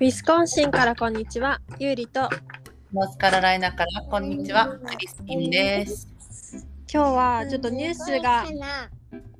ィスコンシンからこんにちは。ゆうりとノースカロライナからこんにちは、クリスティンです。今日はちょっとニュースが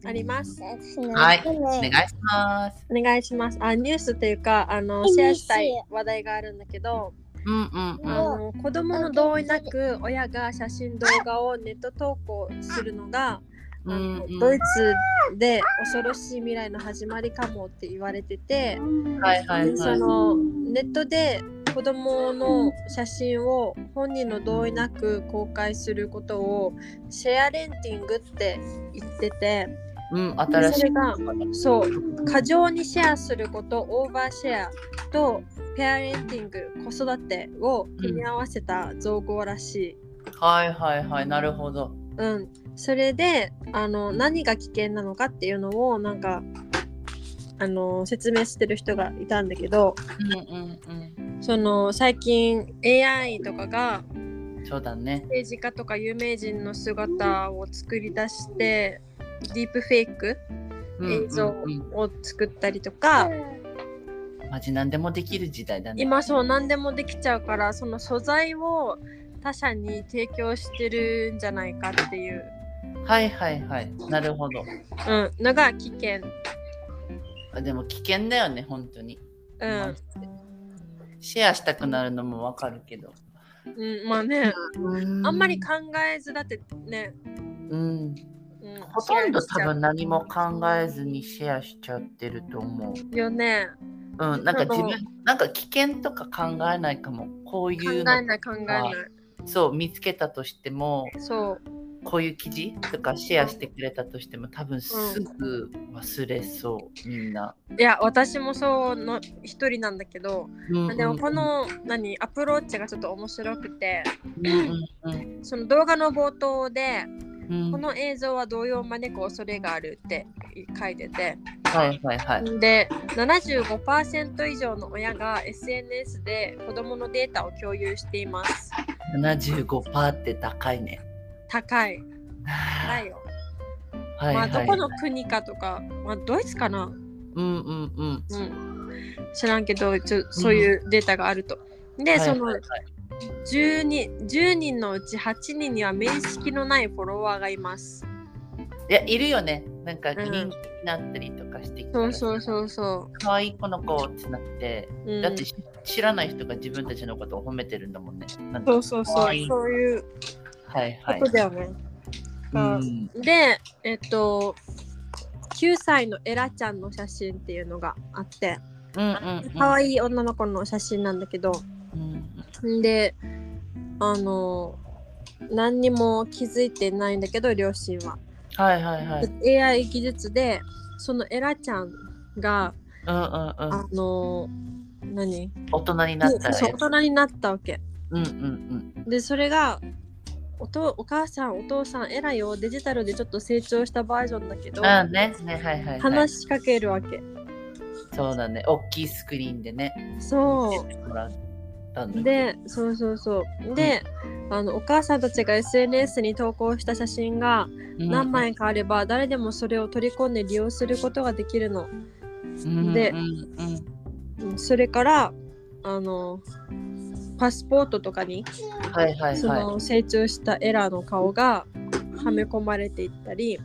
あります。はい、お願いします。お願いします。あ、ニュースというかあのニュースシェアしたい話題があるんだけど、うんうんあうん。はの子供の同意なく親が写真動画をネット投稿するのが、あのうんうんドイツで恐ろしい未来の始まりかもって言われてて、いはいでそはい。のネットで子供の写真を本人の同意なく公開することをシェアレンティングって言っててうん、新しいそ。れがそう過剰にシェアすることオーバーシェアとペアレンティング子育てを組み合わせた造語らしい。はいはいはい、なるほど。うん、それであの何が危険なのかっていうのをなんかあの説明してる人がいたんだけどうんうんその最近 AI とかがうん。そうだね。政治家とか有名人の姿を作り出してディープフェイクうん映像うんうんを作ったりとか、マジ何でもできる時代だね。今そう何でもできちゃうからその素材を他者に提供してるんじゃないかっていう、はいはいはい、なるほど。うん、のが危険。あでも危険だよね、本当に。うマんジでシェアしたくなるのもわかるけど。うん、まあねあんまりか、考えずだってね、うん、うん、ほとんど多分な何も考えずにシェアしちゃってると思う。いよねうん、なんか自あ分なんか危険とか考えないかもこうい考えうなのい考えないそう見つけたとしてもそうこういう記事とかシェアしてくれたとしても多分すぐ忘れそう、みんな。いや私もそうの一人なんだけど、うんでもこ、の何アプローチがちょっと面白くてうんうんうんその動画の冒頭でうんこの映像は同様を招く恐れがあるって書いててはいはいはい。で75%以上の親が SNS で子供のデータを共有しています75%って高いね。高い高はいいよ、はい、まあどこの国かとか、まあ、ドイツかなうんうんうん。うん、知らんけどちょそういうデータがあると。で、そはのいはい10人 ,10 人のうち8人には面識のないフォロワーがいます。いやいるよね。なんかん人気になったりとかしてきたそうらそうそうそ可愛いこの子ってなって、う。うん、だってし知らない人が自分たちのことを褒めてるんだもんね。なんかそうそう可そ愛ういそういうはいこはいと。だよね。うんでえっと9歳のエラちゃんの写真っていうのがあってうんうん可愛い女の子の写真なんだけど、うんであの何にも気づいてないんだけど両親は。はいはいはい。 AI 技術でそのエラちゃんが、うんうんうん。あの何大人になったらそう大ね。人になったわけうんうんでそれがおとお母さんお父さん偉いよデジタルでちょっと成長したバージョンだけうどん。ああね。ねはいはいはい。話しかけるわけそうだね。大きいスクリーンでね。そもらったうんだけど。でそうそうそうであのお母さんたちが SNS に投稿した写真がうん何枚かあれば誰でもそれを取り込んで利用することができるのうんでうんうんうんそれからあのパスポートとかにうん。はいはいそはい。の成長したエラーの顔がはめ込まれていったり、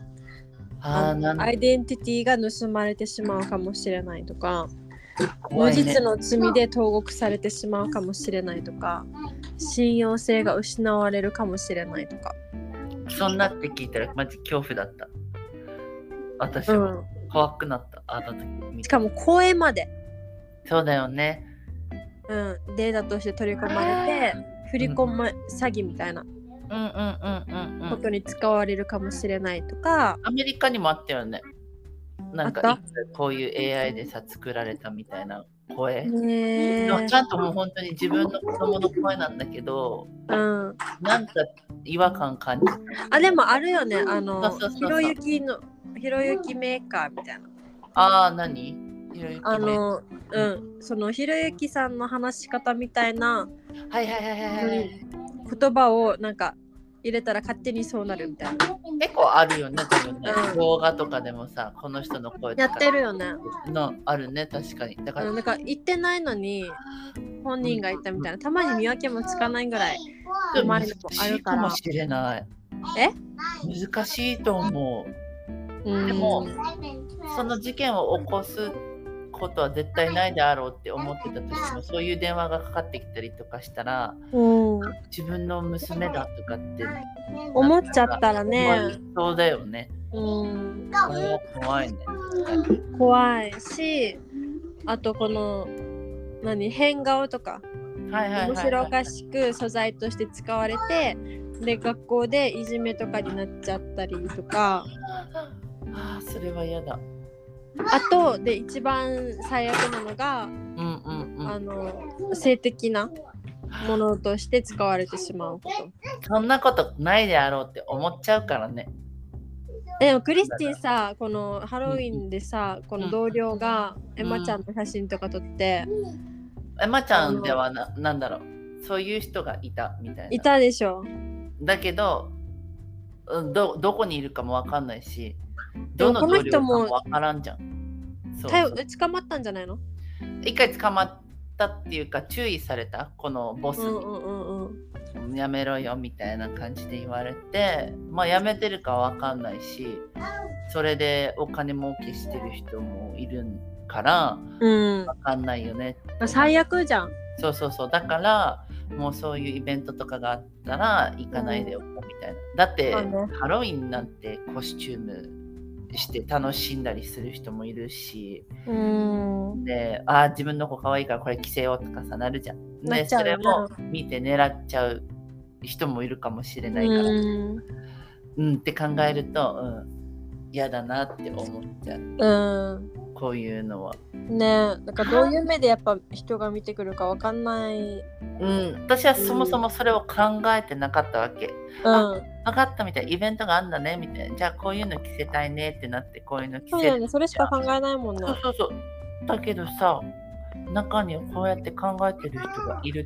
あああのなんアイデンティティが盗まれてしまうかもしれないとか、怖無いね実の罪で投獄されてしまうかもしれないとか信用性が失われるかもしれないとか、そんなって聞いたらマジ恐怖だった。私うもん、怖くなった。あの時見してかも声まで、そうだよね。うん、データとして取り込まれて振り込ま詐欺みたいなうんうんうんうんうこん。とに使われるかもしれないとか、アメリカにもあったよね。なんあかっこういう AI でさ作られたみたいな声。ねでもーちゃんともう本当に自分の子供の声なんだけど、うん、なんか違和感感じた。あでもあるよねあそのうそうそうひそうろゆきのひろゆきメーカーみたいなああ、何いろいろあのうんそのひろゆきさんの話し方みたいなはいはいはいはいはい。言葉をなんか入れたら勝手にそうなるみたいな結構あるよね、多分ねう。ん動画とかでもさ、この人の声とやかってるよね。のあるね、確かに。だかあら、のなんか行ってないのに本人が行ったみたいなたまに見分けもつかないぐらい。でも前難にしもあいるかからもしれない。え難しいと思う。うんでもそそのの事件を起こすことは絶対ないであろうって思ってたとしても、そういう電話がかかってきたりとかしたら、うん、自分の娘だとかって思っちゃったらね、そうだよね。うん、これは怖いね。怖いしあとこの何変顔とかはいはいはい、はい。面白おかしく素材として使われてで学校でいじめとかになっちゃったりとかああ、それは嫌だ。あとで一番最悪なのがうんうんうあん。の性的なものとして使われてしまうこと。そんなことないであろうって思っちゃうからね。 でもクリスティンさこのハロウィンでさこの同僚がんエマちゃんの写真とか撮ってエマちゃんではななんだろう。そういう人がいたみたいな。いたでしょだけど、うんどどこにいるかもわかんないし、でどもこのの同僚人かももわからんじゃん。そう逮捕捕まったんじゃないの一回捕まったっていうか注意されたこのボスうに、んうんうんうんやめろよみたいな感じで言われてまあやめてるかわかんないしそれでお金儲けしてる人もいるからうんわかんないよねまあ最悪じゃんそうそうそうだからもうそういうイベントとかがあったら行かないでおこうみたいなだって、そうねハロウィンなんてコスチュームして楽しんだりする人もいるしうんで、あー自分の子可愛いからこれ着せようとかさなるじゃん。なで、っちゃそうれよねも見て狙っちゃう人もいるかもしれないから、うん、って考えると、うん、嫌だなって思っちゃう。うんこういうのは。ねえなんかどういう目でやっぱ人が見てくるかわかんない。うん、私はそもそもそれを考えてなかったわけ。うん、分かったみたい、イベントがあんだねみたいな。じゃあこういうの着せたいねってなって、こういうの着そうせだるよね。それしか考えないもんねそ。うそうそう。だけどさ、中にはこうやって考えてる人がいる。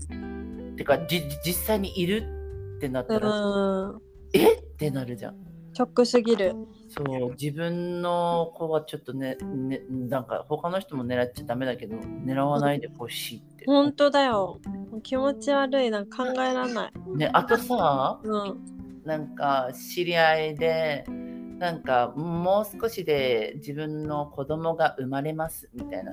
てか、じ実際にいるってなっうたら、ん、えってなるじゃん。ショックすぎる。そう自分の子はちょっとねねなんか他の人も狙っちゃダメだけど狙わないでほしいって、本当だよ。気持ち悪いな考えられない。ね、あとさうん、なんか知り合いでなんかもう少しで自分の子供が生まれますみたいな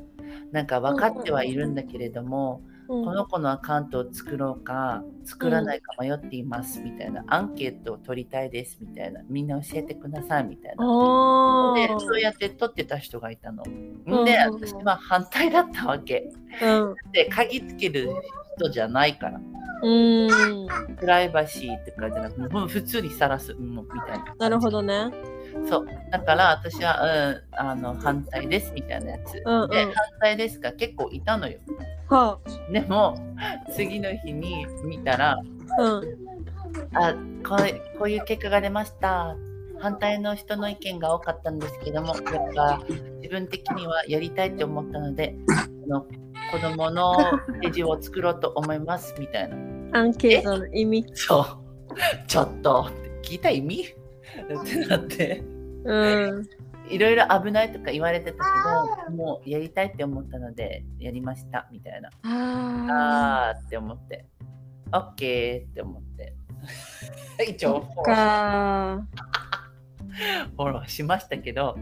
なんか分かってはいるんだけれども、うん、この子のアカウントを作ろうか作らないか迷っていますみたいなアンケートを取りたいですみたいなみんな教えてくださいみたいな。あでーそうやって撮ってた人がいたの。うんで私は反対だったわけ。うんで鍵つける人じゃないからうん、プライバシーとかじゃなくもう普通に晒すもうみたいな。なるほどね。そうだから私は、うん、あの反対ですみたいなやつ。うんうんで反対ですが結構いたのよ。はでも次の日に見たらあ、うん、あこうこういう結果が出ました反対の人の意見が多かったんですけどもやっぱ自分的にはやりたいって思ったのであの子供のページを作ろうと思いますみたいなアンケートの意味。そうちょっとって聞いた意味ってなってうん、いろいろ危ないとか言われてたけどもうやりたいって思ったのでやりましたみたいなああ、あーって思って OK って思って 一そ応っかフォローしましたけど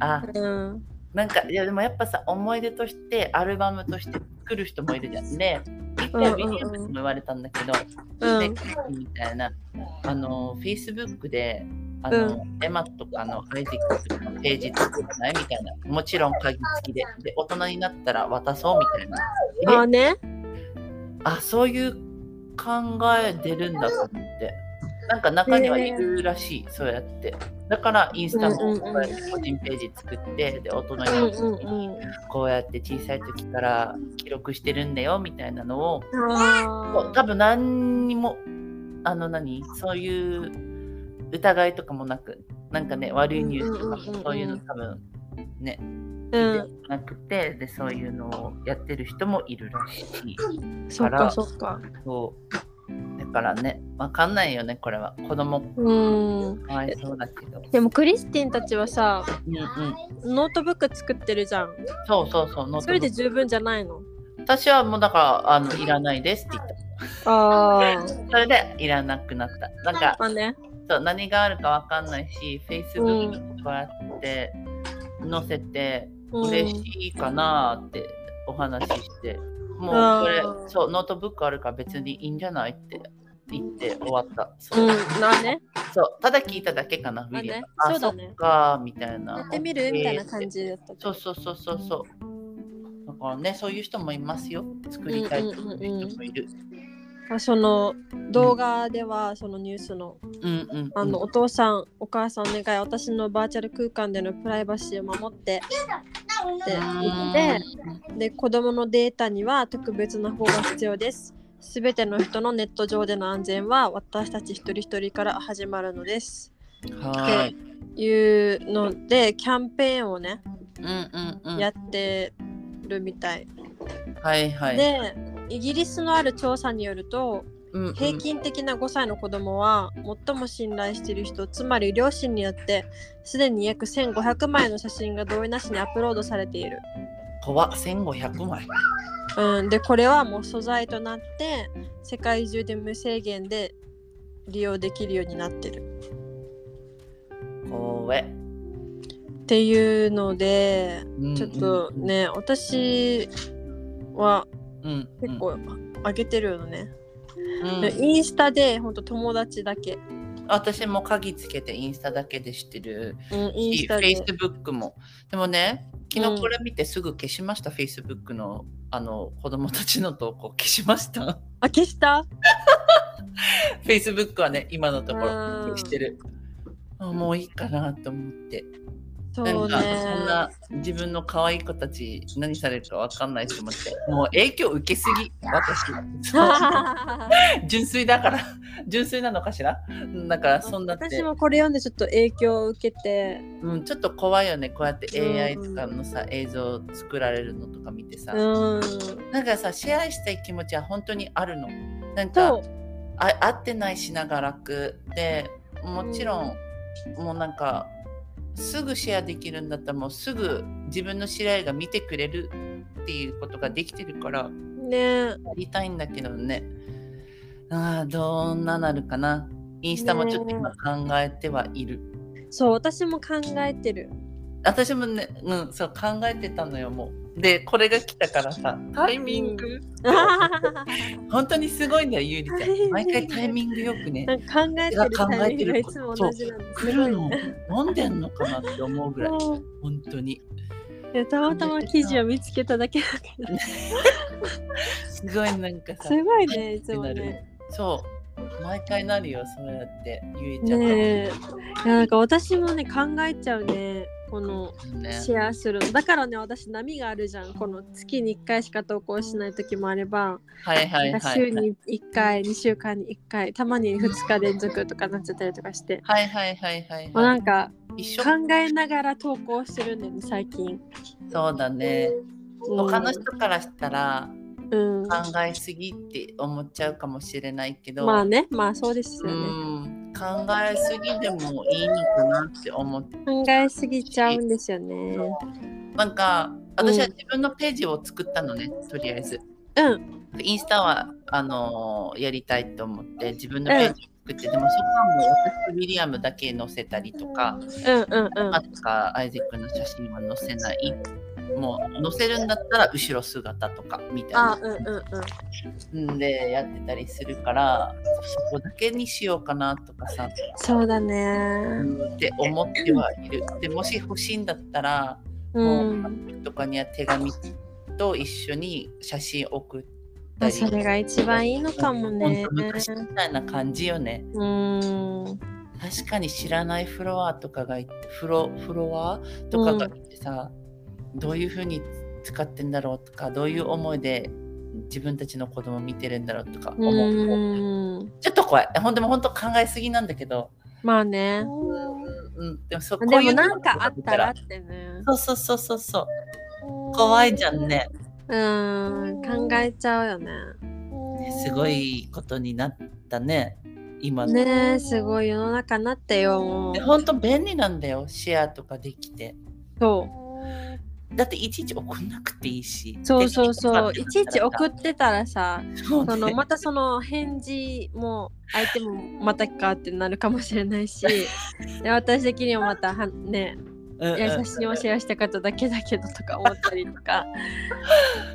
あー。うん、なんかいやでもやっぱさ思い出としてアルバムとして作る人もいるじゃんね一回うんうんうんビリアムズも言われたんだけど、うんでみたいなあのフェイスブックであの、エマとかのアイゼックとかのページ作らないみたいなもちろん鍵付きでで大人になったら渡そうみたいなあーえね。あそういう考え出るんだと思ってなんか中にはいるらしい、そうやってだからインスタうんうもんうんこうやって個人ページ作ってで大人にうなっんたう時にんうん。こうやって小さい時から記録してるんだよみたいなのをこあうあ多、分何にもあの何そういう疑いとかもなくなんかね悪いニュースとかうんうんうんうんもそういうの多分ね、うん、なくてでそういうのをやってる人もいるらしいそっかそっか。そうだからね、わかんないよね、これは。子供うんかわいそうだけど。でもクリスティンたちはさうんうん。ノートブック作ってるじゃんそうそうそう、ノーそトれブでック。十分じゃないの私はもうだから、あの、いらないですって言っあた。それで、いらなくなった。なんかま、あねそう何があるかわかんないし、Facebook にこうやって載せて、うん嬉しいかなってお話しして、もあうーこれ、そう、ノートブックあるから別にいいんじゃないって言って終わった。そうう,、んなねそうただ聞いただけかな、ウまあィリアねム。あ、そうそだっねか、みたいな。やってみるみたいな感じだったそうそうそうそうそう。だからね、そういう人もいますよ。作りたいと思う人もいる。あその動画ではそのニュースのうんうん、うんあの、お父さんお母さんお願い私のバーチャル空間でのプライバシーを守ってって言ってで子供のデータには特別な保護が必要です。すべての人のネット上での安全は私たち一人一人から始まるのです。はーい。いうのでキャンペーンをね、うんうんうん。やってるみたい。はいはい。でイギリスのある調査によるとうんうん、平均的な5歳の子供は最も信頼している人つまり両親によってすでに約1500枚の写真が同意なしにアップロードされている。怖っ1500枚。うん、でこれはもう素材となって世界中で無制限で利用できるようになってる怖え。っていうのでうんちょっと。ね、私はうんうん、結構上げてるのね、うん、でインスタでほんと友達だけ、私も鍵つけてインスタだけでしてるうん、インし、スフタェイでスブックも。でもね、昨うん日これ見てすぐ消しました、フェイスブックのあの子供たちの投稿消しました。 あ消したフェイスブックはね、今のとこうろん消してる。あもういいかなと思って。なそうんねかそんな自分の可愛い子たち何されるかわかんないと思って、もう影響受けすぎ、 私。そう純粋だから、 純粋なのかしらだからそんなって私、もこれ読んでちょっと影響を受けてうん、ちょっと怖いよね、こうやってうん AI とかのさ、映像作られるのとか見てさ、うんなんかさ、シェアしたい気持ちは本当にあるの。なんか、そうあ合ってないしながらくでもちろん、もうなんかすぐシェアできるんだったらもうすぐ自分の知り合いが見てくれるっていうことができてるからねやりたいんだけどねあーどんななるかなインスタもちょっと今考えてはいる、そう私も考えてる私もね、うん、そう考えてたのよもうでこれが来たからさタイミング、本当にすごいんだよゆりちゃん毎回タイミングよくねなんか考えてるタイミングがいつも同じなんです来るの飲んでんのかなって思うぐらい本当にいやたまたま記事を見つけただけだけどすごいなんかさ すごいねいつもね。そう毎回なるよそうやってゆいちゃんがねえいやなんか私もね考えちゃうねこのねシェアするのだからね私波があるじゃんこの月に1回しか投稿しない時もあれば、はいはいなんはかい週に1回2週間に1回たまに2日連続とかなっちゃったりとかして、はいはいはいはいもうなはんかい一緒考えながら投稿してるんだよね最近。そうだねうん他の人からしたらうん考えすぎって思っちゃうかもしれないけどまあねまあそうですようね。ん考えすぎでもいいのかなって思って考えすぎちゃうんですよね。なんか私は自分のページを作ったのねとりあえずうん。インスタはあのーやりたいと思って自分のページを作って、でもそこはもう私とウィリアムだけ載せたりとか、うんうんうんあ。とかアイゼックの写真は載せないもう載せるんだったら後ろ姿とかみたいあなうんうんうん。んでやってたりするからそこだけにしようかなとかさそうだね。って思ってはいるでもし欲しいんだったらうもん。とかには手紙と一緒に写真送ったありそれが一番いいのかもねほんと。昔みたいな感じよね。うん。確かに知らないフロアとかがいてフロフロアとかがいてさ、どういうふうに使ってんだろうとかどういう思いで自分たちの子供見てるんだろうとか思う、うん。ちょっと怖いほんでも本当考えすぎなんだけど、まあね。うん、でもそうでこういもうのなんかあったらってね。そうそうそうそうそう怖いじゃんねうん。考えちゃうよね。すごいことになっったね今のねえすごい世の中になってよもうで本当便利なんだよシェアとかできてそだっていちいち送んなくていいしうそうそうそう でいちいち送ってたらさそうねそ のまたその返事も相手もまたかってなるかもしれない しで私的にもまたはねうんうんいや写真をシェアしたかっただけだけどとか思ったりと か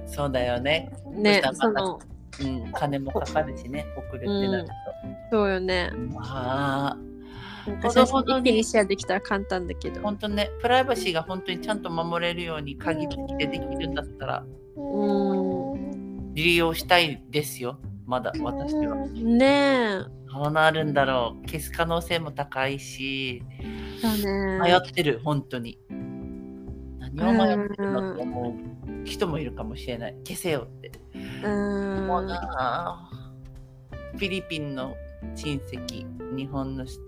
そうだよねねそしたそらまたのうん、金もかかるしね、送るってなるそうよねと。まあ、ほ写ど真ほどに一気にシェアできたら簡単だけど本当ね、プライバシーが本当にちゃんと守れるように鍵付きでできるんだったら、うん利用したいですよ、まだ私は。ねどうなるんだろう、消す可能性も高いし、えそう迷ねってる、本当に。何を迷ってるのって思う人もいるかもしれない。消せよって。うんもうなフィリピンの親戚日本のし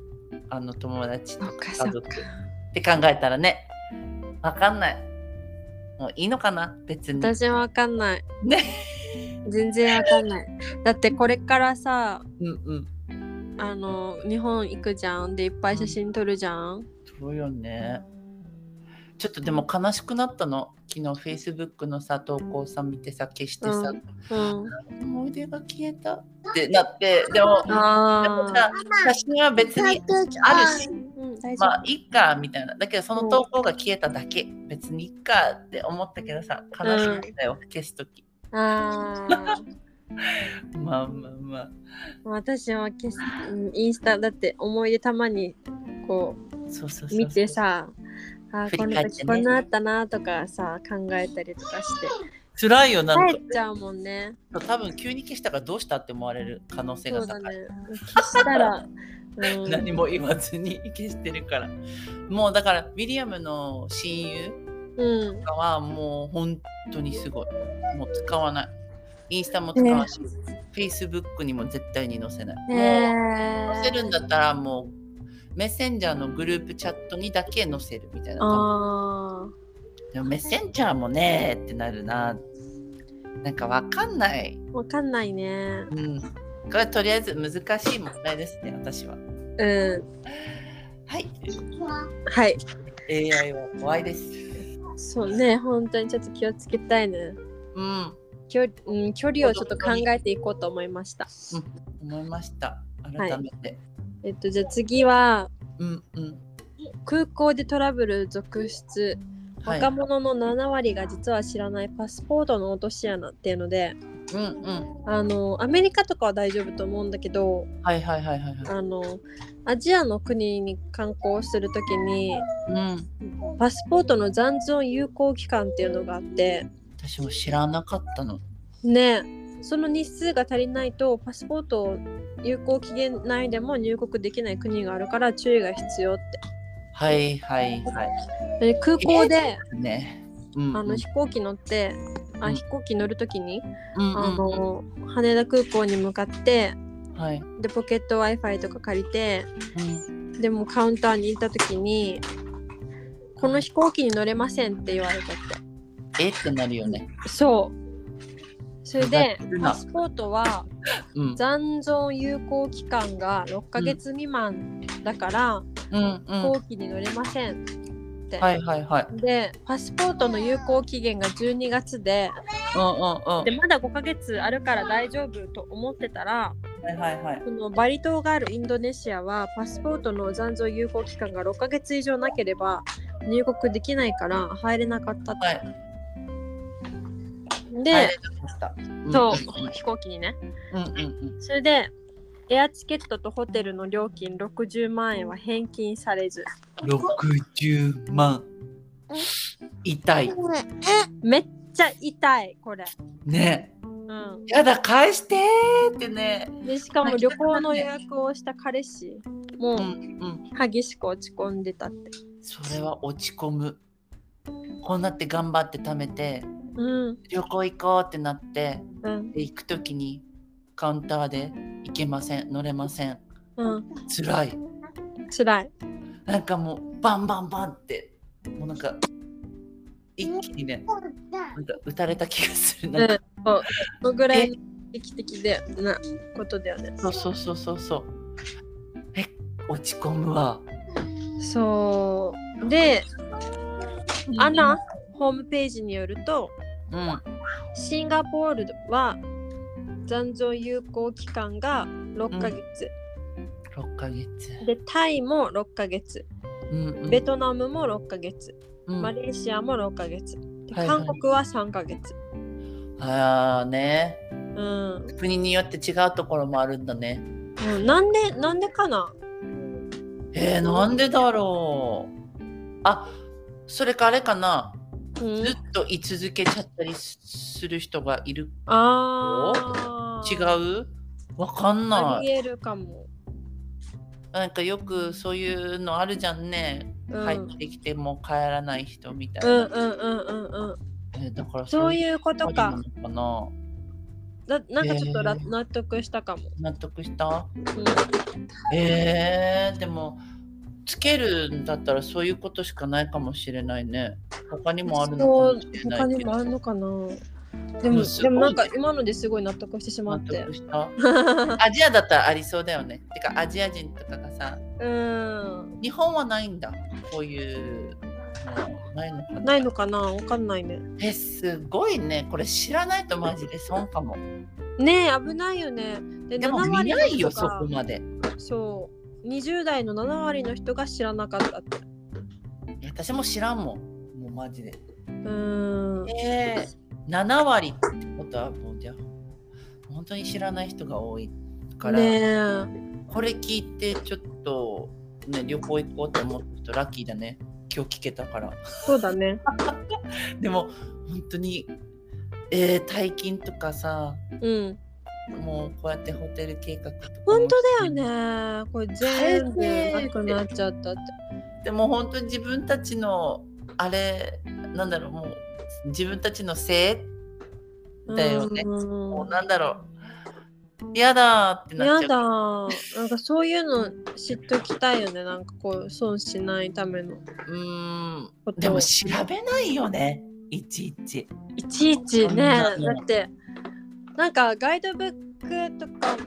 あの友達そっかそ家っ族っかて考えたらねわかんないもういいのかな別に私もわかんないね 全然わかんないだってこれからさうんうんあの日本行くじゃんでいっぱい写真撮るじゃんそうよねちょっとでも悲しくなったの昨日フェイスブックのさ投稿さ見てさ消してさ、うん思い出が消えたってなってでもでもあさあ写真は別にあるしうん大丈夫まあ、いっか、みたいな。だけど、その投稿が消えただけ。別にいっかって思ったけどさ、悲しかったよ、消すとき。ああまあまあまあ。 私は消す、うん、インスタだって思い出たまにこそうそうそううそう。見てさあー振こりの返ってね時こんなあったなとかさ考えたりとかして辛いよ、なん帰かっ。ちゃうもんね多分、急に消したからどうしたって思われる可能性そがうだ高い。ね消したら、うん、 何も言わずに消してるから。もうだから、ウィリアムの親友うんとかはもう本当にすごい。もう使わない。インスタも使わない。フェイスブックにも絶対に載せない。もう載せねるんだったらもうメッセンジャーのグループチャットにだけ載せるみたいなあでもメッセンジャーもねってなるななんかわかんない、ーわかんないねうん、これはとりあえず難しい問題ですね私はうんはいはい AI は怖いですそうね本当にちょっと気をつけたいねうん距,、うん、距離をちょっと考えていこうと思いました思いましたい改めて、えっとじゃあ次はうんうん空港でトラブル続出はい若者の7割が実は知らないパスポートの落とし穴っていうのでうんうんあのアメリカとかは大丈夫と思うんだけどはいはいはいはいはあのアジアの国に観光する時にいうんパスポートの残存有効期間っていうのがあって私も知らなかったのねその日数が足りないとパスポートを有効期限内でも入国できない国があるから注意が必要ってはいはいはで空港でいねうんうんあの飛行機乗ってあうん飛行機乗る時にうんうんあの羽田空港に向かってはい、でポケット w i f i とか借りてうんでもカウンターに行った時に「この飛行機に乗れません」って言われたっえってなるよね。てそうそれでパスポートはうん。残存有効期間が6ヶ月未満だからうん、うん。飛は行機に乗れませんって、いはいはい。でパスポートの有効期限が12月でうんうんうん。でまだ5ヶ月あるから大丈夫と思ってたらはいはいはい。そのバリ島があるインドネシアはパスポートの残存有効期間が6ヶ月以上なければ入国できないから入れなかったって、はい。で、入れなかったうんそう飛行機にねうんうんうん。それでエアチケットとホテルの料金60万円は返金されず六十万。痛い。めっちゃ痛いこれ、ね。うやだ、返してーってね。ん、でしかも旅行の予約をした彼氏もうん激しく落ち込んでたってうん。それは落ち込む。こうなって頑張って貯めて、うん旅行行こうってなって、うんで行くときにカウンターで行けません、乗れません。うん辛い。辛いなんかもうバンバンバンってもうなんか一気にねなんか打たれた気がするうなんんかそうそのぐらい画期的でなことだよね。そうそうそうそうそう。え、落ち込むわ。そう。で、アナホームページによると、うん。シンガポールは残存有効期間が6ヶ月、六ヶ月。でタイも6ヶ月うん、うん。ベトナムも6ヶ月、うんマレーシアも6ヶ月ではいはい韓国は3ヶ月、ああね。うん国によって違うところもあるんだね。うん、なんでなんでかなえー、なんでだろう。あ、それかあれかな。うんずっと居続けちゃったりする人がいる。ああ違うわかんあなりい。えるかも、なんかよくそういうのあるじゃんね。うん、入ってきてもう帰らない人みたういんな。うんうんうんうんえーだからそうういうことなかのかな。だなんかちょっとらへー納得したかも、納得したうんえー、でもつけるんだったらそういうことしかないかもしれないね。他にもあるのかもしれな他いにけもあるど。のかなでうもんすごでいもなんか今のですごい納得してしま納って得した。 アジアだったらありそうだよね。てかアジア人とかがさ、うん日本はないんだ。こういうのないのかな。ないのかなわかんないねえ、すごいね。これ知らないとマジで損かも。ねえ危ないよねででも7割見のないよ、人そがこまで。そう20代の7割の人が知らなかったっていや私も知らんもん。もうマジで。うんえー、7割ってことはもうじゃあ本当に知らない人が多いから、ねこれ聞いてちょっと、ね、旅行行こうと思った人ラッキーだね今日聞けたからえそうだねでも本当にえー、大金とかさうんもうこうやってホテル計画とかも本当だよねこれ全部なくなっちゃったってでも本当に自分たちのあれなんだろうもう自分たちのせいだよねうんもうなんだろう嫌だーってなやっちゃうだなんかそういうの知っときたいよねなんかこう損しないためのうーんことでも調べないよね、いちいち。いちいちねだそんなのってなんかガイドブックとか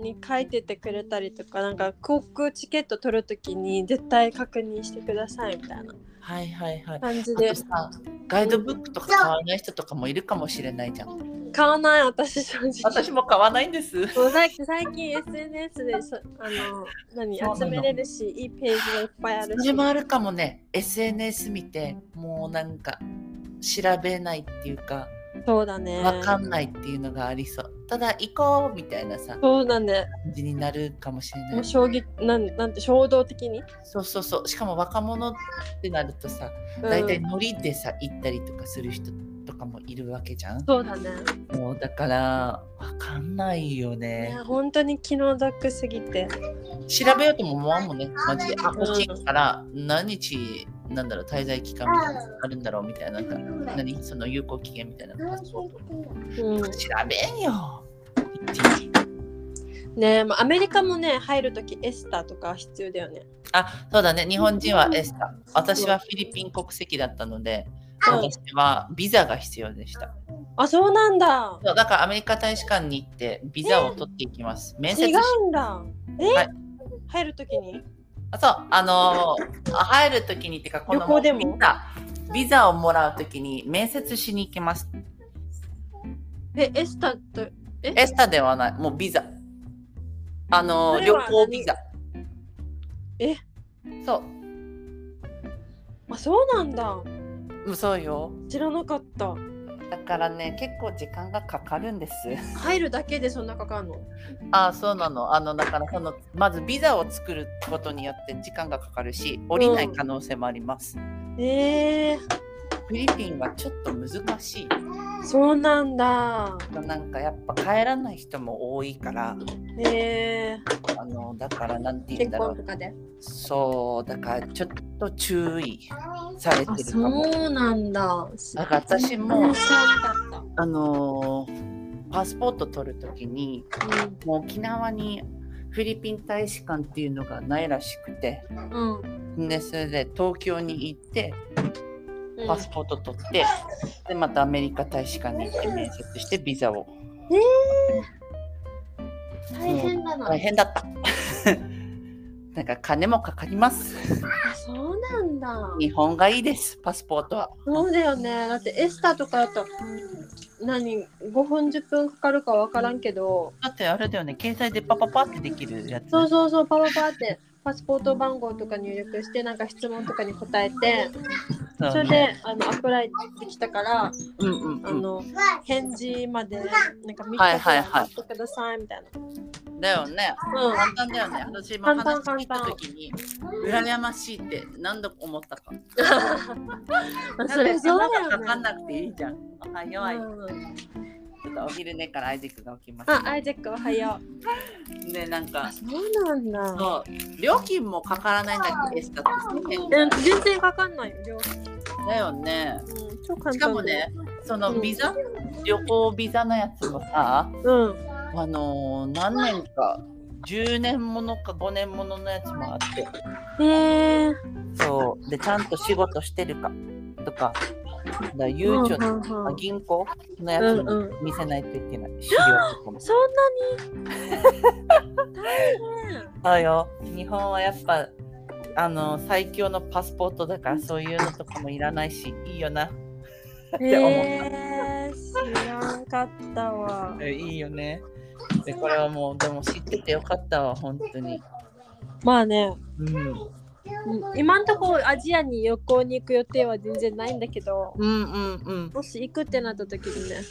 に書いててくれたりとかなんか航空チケット取るときに絶対確認してくださいみたいなはいはいはい。感じあでとさ、ガイドブックとか買わない人とかもいるかもしれないじゃん。買わない私正直私も買わないんです。もう最近最近 SNS でそあの何そうなの集めれるしいいページがいっぱいあるそしれもあるかもね、SNS 見て、もうなんか調べないっていうか、そうだねわかんないっていうのがありそう。ただ行こうみたいなさ、そうだね感じになるかもしれもなうい。衝撃なんなんて衝動的にそうそうそう。しかも若者ってなるとさ、うん大体ノリでさ、行ったりとかする人とかもいるわけじゃん。そうだね。もうだからわかんないよいねや。本当に気の毒すぎて。調べようとも思わんもんね。マジで。あ、ん欲しいから何日なんだろう滞在期間みたいなのあるんだろうみたいな。なんか何その有効期限みたいなパスポート。うん、調べんよ。いちいちねえ、まあ、アメリカもね、入るときエスターとか必要だよね。あ、そうだね。日本人はエスタ。私はフィリピン国籍だったので、私はビザが必要でした。あ、そうなんだ。そうだからアメリカ大使館に行ってビザを取っていきます。面接違しうんだ。え、はい入るときにあそう、あのーあ入るときにってか、この旅行でもビザビザをもらうときに面接しに行きます。え、エスターとエスタではない、もうビザ。あのーそれ旅は行ビザ。えそあ、そうなんだ。う、うんそうよ。知らなかった。だからね、結構時間がかかるんです。入るだけでそんなかかんのあそうなの。あの、だからその、まずビザを作ることによって時間がかかるし、降りない可能性もあります。えー、フィリピンはちょっと難しい。そうなんだ。なんかやっぱ帰らない人も多いから。えー、あのだからなんて言う結んだろ婚うとかで。そうだからちょっと注意されてあ、るかもそうなんだ。だから私も知らなかっあのーパスポート取るときにた。もう沖縄にフィリピン大使館っていうのがないらしくてうん。うん。でそれで東京に行ってうんパスポート取ってでまたアメリカ大使館に行って面接してビザを大変だな大。変だった。 なんか金もかかります。あそうなんだ。日本がいいです、パスポートは。そうだよね。だってエスターとかだと何5分10分かかるかわからんけど、だってあれだよね、携帯でパパパってできるやつ。そうそうそうパパパってパスポート番号とか入力してなんか質問とかに答えて、そうそれであのアプライできたからうんうんあうんの返事までなんか3日はいくはらいいはい待ってくださいみたいな。だよね。うん。簡単だよね。私も簡単話してきた時に羨ましいって何度思ったか。あそれそうだなんかよかねかん。なくていいじゃん。おはよう。うんちょっとお昼寝からアイゼックが起きまあ、しアイゼックおはよう。た。でなんかあ、そうなんだ。そう料金もかからないんだっけエスタって1000う円ん、全然かかんないよ。料だよね。金うん、超簡単だよしかもね、そのうんビザ、旅行ビザのやつもさ、うん。あのー何年か10年ものか5年もののやつもあって、へえ。そうでちゃんと仕事してるかとか、だからゆうちょのうんうんうん銀行のやつうもん見せないといけない、資料とかも。そんなにそうよ日本はやっぱあのー最強のパスポートだからそういうのとかもいらないしいいよな。大て変思ったへえ知らんかったわ。えいいよね。でこれはもうでも知っててよかったわ本当に。まあね、うんうん今んとこアジアに旅行に行く予定は全然ないんだけど、うんうんうんもし行くってなった時にね、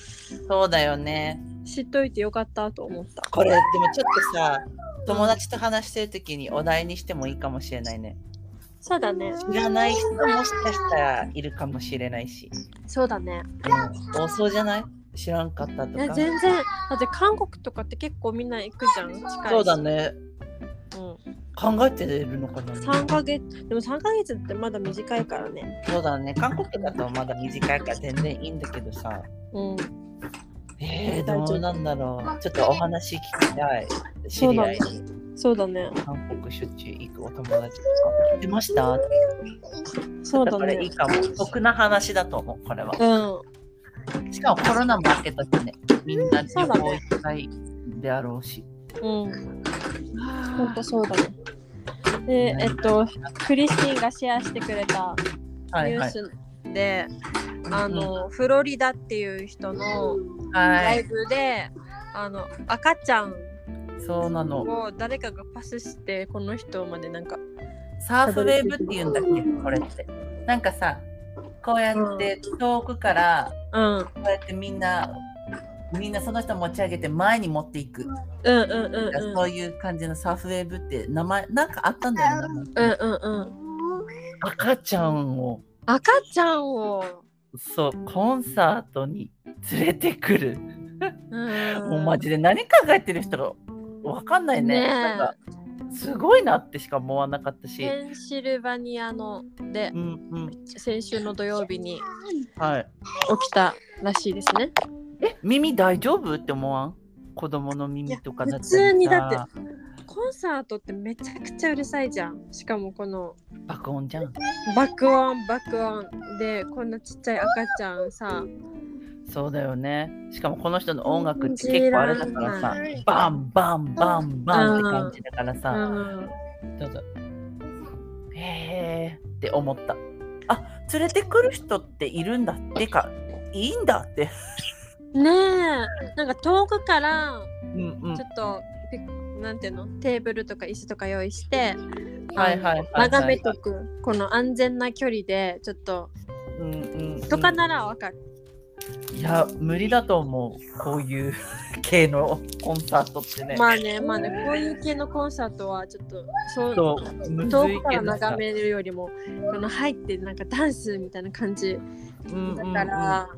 そうだよね知っといてよかったと思った。これでもちょっとさ友達と話してる時にお題にしてもいいかもしれないねそうだね。知らない人もしかしたらいるかもしれないし、そうだね。うん、多そうじゃない知らんかったといやか全然。だって韓国とかって結構みんな行くじゃん。近いしそうだ。ねう考えてるのかん。な3ヶ月、でも3ヶ月ってまだ短いからね。そうだね韓国だとまだ短いから全然いいんだけどさうん。え大ー、丈夫どうなんだろうちょっとお話聞きたい知り合いにそうだね。韓国出張行くお友達とか出ましたそうだこれいねい。かも。得な話だと思う、これは。うん。しかもコロナも明けたしね、みんな旅行いっぱいであろうし。うん、本当そうだね。で、えっと、クリスティンがシェアしてくれたはニいュはーい。スで、あの、フロリダっていう人のはライい、ブで、あの、赤ちゃんそうなの。を誰かがパスして、この人までなんか、サーフウェーブって言うんだっけ、これって。なんかさ、こうやって遠くから、うん、うんこうやってみんな、みんなその人持ち上げて前に持っていく。うんうんうん。そういう感じのサーフウェーブって名前、なんかあったんだよね。うんうんうん。赤ちゃんを、赤ちゃんを。そう、コンサートに連れてくる。うんもうマジで何考えてる人がわかんないね。ねえなんかすごいなってしか思わなかったし。ペンシルバニアのでうんうん。先週の土曜日にはい。起きたらしいですね。え、耳大丈夫って思わん子供の耳とかだったりさいや普通にだっコンサートってめちゃくちゃうるさいじゃんしかもこの爆音じゃん。爆音爆音でこんなちっちゃい赤ちゃんさそうだよね。しかもこの人の音楽って結構あれだからさ、バンバンバンバンって感じだからうさ、ん、ちょっと、へーって思った。あ、連れてくる人っているんだってか、いいんだって。ねえなんか遠くからうんうんちょっと、ピなんていうのテーブルとか椅子とか用意してはいはいはいはいあの眺めとくこの安全な距離でちょっとうんうんうんとかならわかる、いや無理だと思うこういう 系のコンサートってね、まあねまあねこういう系のコンサートはちょっとそうそうむず遠いくかけらどさ眺めるよりもこの入ってなんかダンスみたいな感じうんうんだうんから、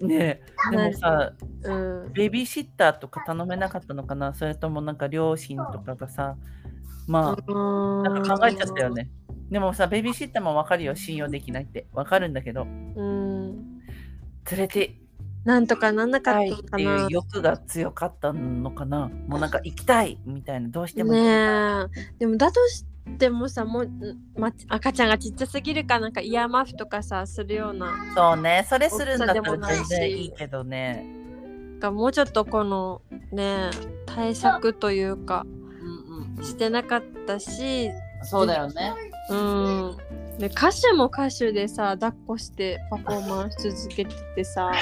ねえでもさうんベビーシッターとか頼めなかったのかなそれともなんか両親とかがさまあなんか考えちゃったよ。ねでもさベビーシッターもわかるよ信用できないってわかるんだけどうん。連れてなんとかなんなかたっいたっのかていなう。欲が強かったのかなもうなんか行きたいみたいなどうしても行きたいねえ。でもだとしてもさもう、ま、赤ちゃんがちっちゃすぎるかなんかイヤーマフとかさするようなそうね、それするんだったら全然いいけどね。かもうちょっとこのね対策というかうんうん、してなかったし、そうだよね。うん、で歌手も歌手でさ抱っこしてパフォーマンス続けててさ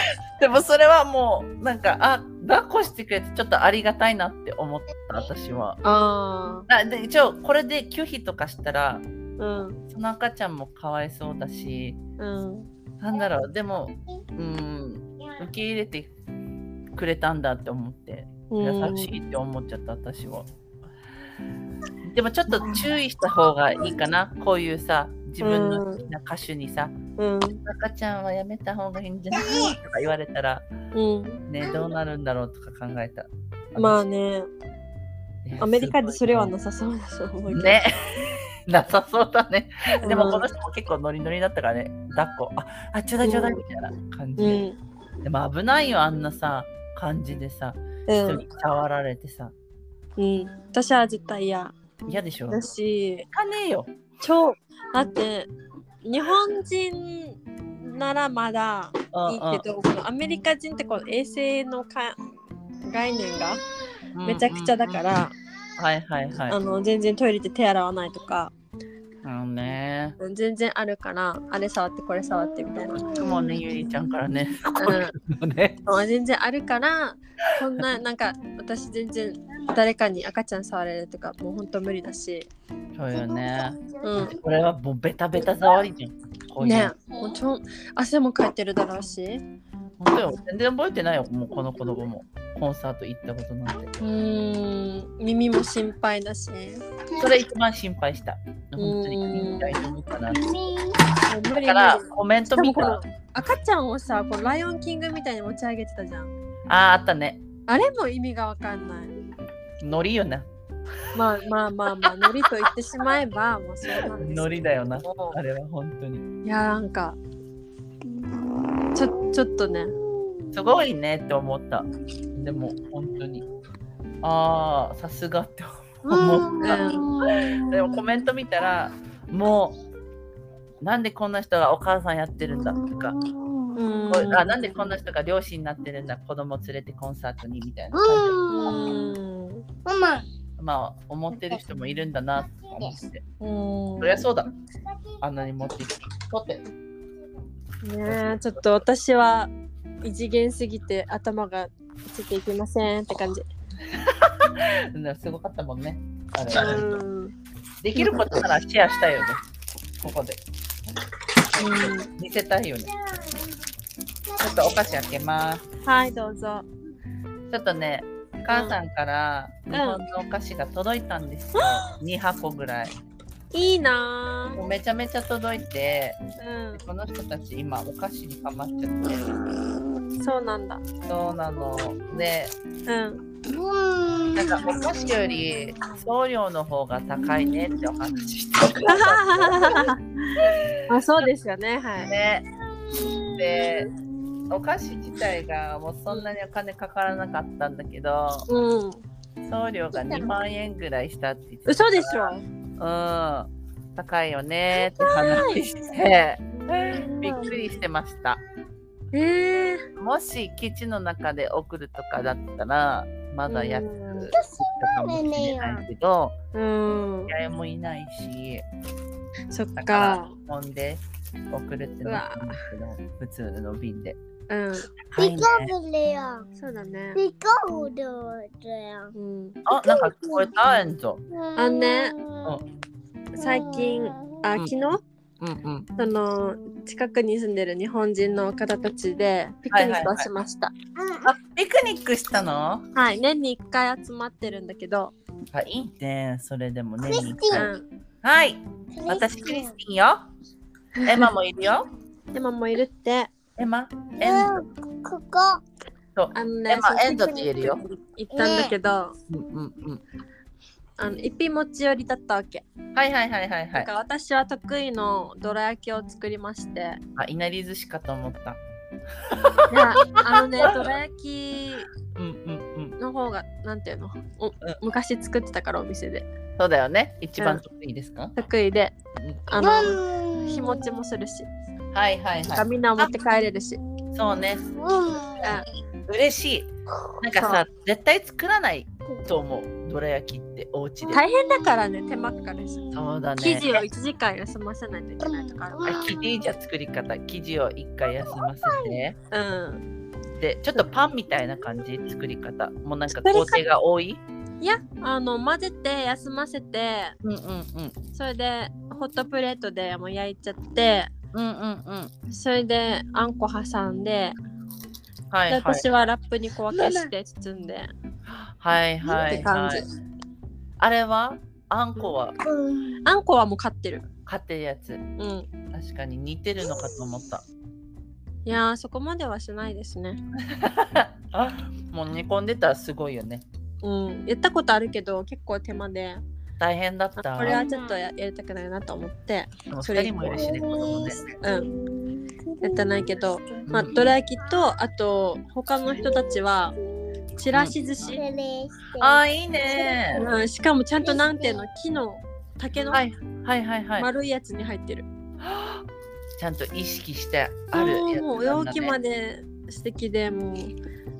でもそれはもうなんかあ抱っこしてくれてちょっとありがたいなって思った私は。ああで一応これで拒否とかしたらーうんその赤ちゃんもかわいそうだしうんなんだろうでもうん受け入れてくれたんだって思ってうん優しいって思っちゃった私は。でもちょっと注意した方がいいかなこういうさ自分の好きな歌手にさ、うん赤ちゃんはやめた方がいいんじゃないとか言われたらうんねどうなるんだろうとか考えた。まあねいやアメリカでそれはすなさそうだと思うごけいどね。 ねなさそうだね。でもこの人人も結構ノリノリだったからね、抱っこ、あ、あちょうだいちょうだいみたいな感じうで。んでも危ないよ、あんなさ、感じでさ、う人んに触られてさ、うん私は絶対嫌嫌でしょ。だ行しかねえよ。超だって日本人ならまだうんいいけどこのアメリカ人ってこの衛生のか概念がうんめちゃくちゃだか。うんら、うんはいはいはい。あの全然トイレで手洗わないとかあのね。うん全然あるからあれ触ってこれ触ってみたい な。いつもね、ゆりちゃんからね、こうういん うのね。そう全然あるからこんななんか私全然誰かに赤ちゃん触れるとかもうほんと無理だし、そうよね。うん、これはもうベタベタ触りじゃん。こういうねの。もうちょん汗もかいてるだろうし本当よ、全然覚えてないよ、もうこの子供も。コンサート行ったことなんて。うーん耳も心配だしもそれ一番心配した。本当にうんみたいに思ったな。う無理無理だからコメンしトかも見こたのら赤ちゃんをさこのライオンキングみたいに持ち上げてたじゃんああったね。あれも意味がわかんないノリよな。まあまあまあまあノリと言ってしまえばもうそうなんですけどノリだよな。あれは本当に。いやなんかちょちょっとねすごいねって思った。でも本当に。ああ、さすがって思った。でもコメント見たら、もう、なんでこんな人がお母さんやってるんだとか、うこーうんあなんでこんな人が両親になってるんだ、子供連れてコンサートにみたいな感じで。うマーんマ。まあ、思ってる人もいるんだなと思って。そりうゃそうだ。あんなに持ってきて。取って。ーんねえちょっと私は異次元すぎて頭がついていけませんって感じねすごかったもんね。あれはうんうんできることならシェアしたいよね。ここで。見せたいよね。ちょっとお菓子開けます。はいどうぞちょっとね、母さんからん日本のお菓子が届いたんですよ。2箱ぐらい。いいなもうめちゃめちゃ届いて、ーこの人たち今お菓子にかまっちゃってる。うんそうなんだそうなの。で、うんなんかお菓子より送料の方が高いねってお話してくれた。あそうですよねはいね。で、お菓子自体がもうそんなにお金かからなかったんだけど、うん送料が2万円ぐらいしたって言ってた嘘でしょうん。高いよねって話して、びっくりしてました。ええもし基地の中で送るとかだったら、まだ安くうん行ったかもしれないけど、うん誰もいないし、そっだからか日本で送るってなったんだけど、普通の便で。うん高いね。そうだねうんあ、なんか聞こえた、エンゾ。あのね最最近近あう昨ん日うんうん。その近くに住んでる日本人の方たちでピクニックをしました。はいあ、ピクニックしたの年に1回集まってるんだけど、あ、いいね。それでもね。クリスティうンん、はい。私、クリスティンよ。エマもいるよ。エマもいるってエマ、エンド。ここそう。あのエねマそ、うエンドって言えるよ。行ったんだけど、うんうんあの一品持ち寄りだったわけ。うん。はいはいはいはいはだいか。ら私は得意のどら焼きを作りま して、あ、いなり寿司かと思った。いやあのねどら焼きうんうんうん。の方がなんていうの、お昔作ってたからお店でそうだよね。一番得意ですか得意で、うんあの日持ちもするし、はいはいなんかはみんな持って帰れるし。い。そうね。あ嬉しい。なんかさ、絶対作らないと思う。どら焼きってお家で。大変だからね、手間かかるし。そうだね。生地を1時間休ませないといけないとかあるあ生地いいじゃん作り方。生地を一回休ませて。うん。で、ちょっとパンみたいな感じ作り方。もうなんか作り工方程が多い。いや、あの、混ぜて休ませて、うんうんうん。それでホットプレートでもう焼いちゃって、うんうんうん。それであんこ挟んで、はいではい。私はラップに小分けして包んで、はいはってい感はじい。あれはあんこはうんあんこはもう買ってる。買ってるやつ。うん。確かに似てるのかと思った。 いやー、そこまではしないですね。もう煮込んでたらすごいよね。うん。やったことあるけど、結構手間で、大変だった。あこれはちょっとややりたくないなと思って、でもそれ二人もいるしね、子供ね。うんやってないけど、まあ、うんどら焼きと、あと、他の人たちは、ちらし寿司。ああ、いいね。うん、しかもちゃんとなんていうの木の竹のはい、はいはいはい。丸いやつに入ってる。ちゃんと意識してあるやつなんだ、ね。もうお容器まで素敵でもう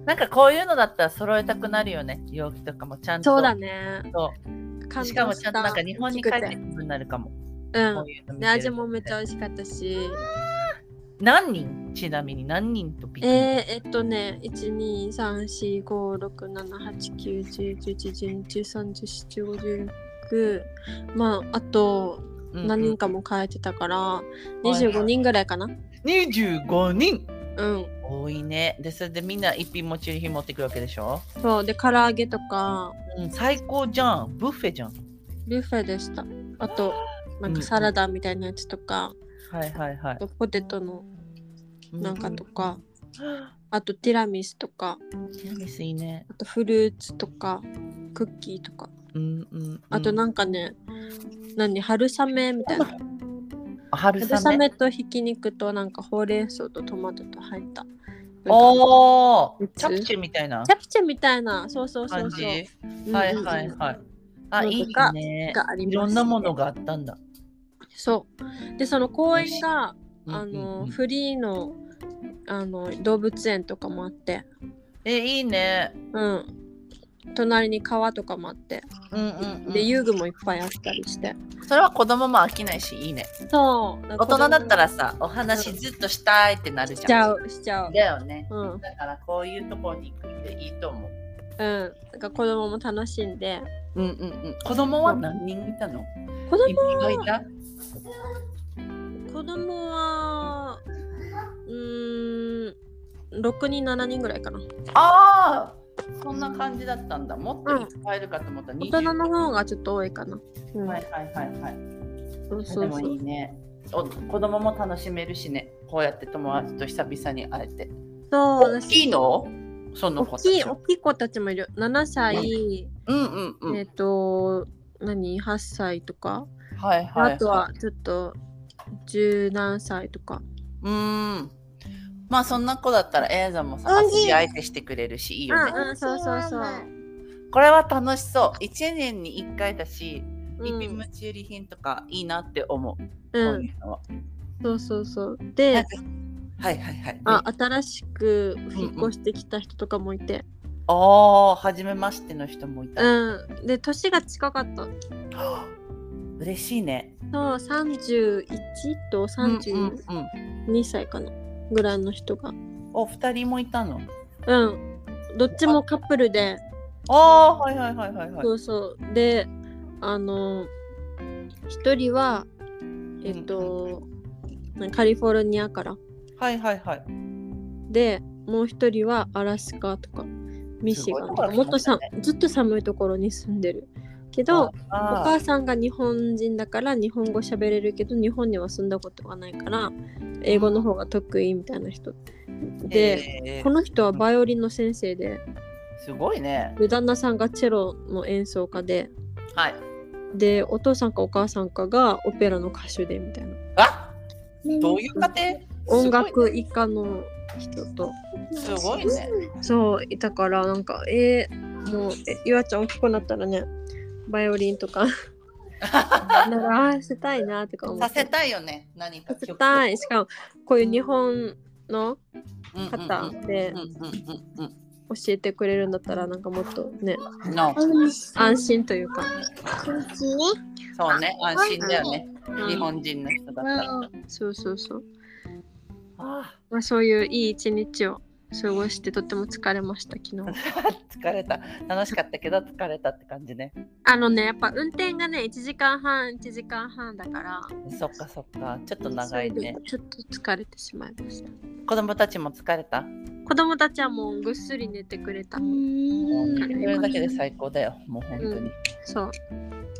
なんかこういうのだったら揃えたくなるよね。容器とかもちゃんと。そうだね。そ感動たしかもちゃんとなんか日本に帰って大きくてくるなるかも。うこういうの見ん。でてると味もめっちゃ美味しかったし。何人ちなみに何人とピえークニック、えっとね、1、2、3、4、5、6、7、8、9、10、11、12、13、14、15、16。まあ、あとうんうん何人かも変えてたから、い25人ぐらいかな。 25人うん。多いね。で、それでみんな一品持ち寄り持ってくるわけでしょ、そう。で、唐揚げとか、うん、最高じゃん。ブッフェじゃん。ビュッフェでした。あと、なんかサラダみたいなやつとか、はいはいはあい。とポテトのなんかとか、うん。あとティラミスとか、ティラミスいいね。あとフルーツとか、クッキーとか、うんうん。あとななんかね、何、春雨みたいな。春春雨。雨とひき肉となんかほうれん草とトマトと入った。おおおなんかチャプチェみたいなチャプチェみたいな、そうそうそ感うそじ。う。うんはいはいはい。あ、ないんいかがね。がありいますろんなものがあったんだ。そう。で、その公園が、うんうんあの、うんフリーの、あの、動物園とかもあって、え、いいね。うん。隣に川とかもあって、うんうん、うん。で、遊具もいっぱいあったりして。それは子供も飽きないし、いいね。そう。大人だったらさ、お話ずっとしたいってなるしじちゃゃん。う、しちゃう。だよね。うん。うん。だからこういうところに行くっていいと思う。なんか子供も楽しんで。うんうんうん。子供は何人いたの子供いっぱいいた子供は、うーん、6人、7人ぐらいかな。ああそんな感じだったんだ。もっといっぱいいるかと思った。大20人の方がちょっと多いかな。うんはいはいはいはい。そうそそううそ。でもいういねお子供も楽しめるしねこうやって友達と久々に会えてそう大だきいしのその大子たきいち大きい子たちもいる。7歳、うんうんうん、えっ、と、何、8歳とか。はいはい、い、あとはちょっと、十何歳とか。うーんまあそんな子だったらエイザもさうん遊び相手してくれるしいいよね、うんそうそうそうこれは楽しそう1年に1回だしうリピんムチューリ品とかいいなって思う、う、こうんいうのはそうそうそう。なんでか、はいはいはいあ新しく引っ越してきた人とかもいて、おー初めましての人もいた、うん、で年が近かった嬉しいねそう31とうんうん32うん歳かなぐらいの人がお二人もいたのうんどっちもカップルでああーはいはいはいはいはいそうそうであの一人はえっと、カリフォルニアからはいはいはい。でもう一人はアラスカとかミシガンとかすもっごいところと来ましたさねずっと寒いところに住んでるけどおお母さんが日本人だから日本語喋れるけど日本には住んだことがないから英語の方が得意みたいな人で、えーこの人はバイオリンの先生ですごいね。で旦那さんがチェロの演奏家ではい。でお父さんかお母さんかがオペラの歌手でみたいなあどどういう家庭音楽以下の人とすごいね。そういたからなんかえー、もうえゆあちゃん大きくなったらねバイオリンと か習わせたいなとか思っさてせたいよね。何かさせたいしかもこういう日本の方でうんうんうんうん教えてくれるんだったらなんかもっとねうん。の、安心というかそうね、安心だよね。うん日本人の人だったら。そうそうそう、あまあ、そういういい一日を過ごしてとっても疲れました昨日あ、疲れた。楽しかったけど疲れたって感じね。あのねやっぱ運転がね1時間半1時間半だからそっかそっか。ちょっと長いそれねで。ちょっと疲れてしまいました子供たちも疲れた。子供たちはもうぐっすり寝てくれた、もうそんれだけで最高だよ。もう本当に。うそう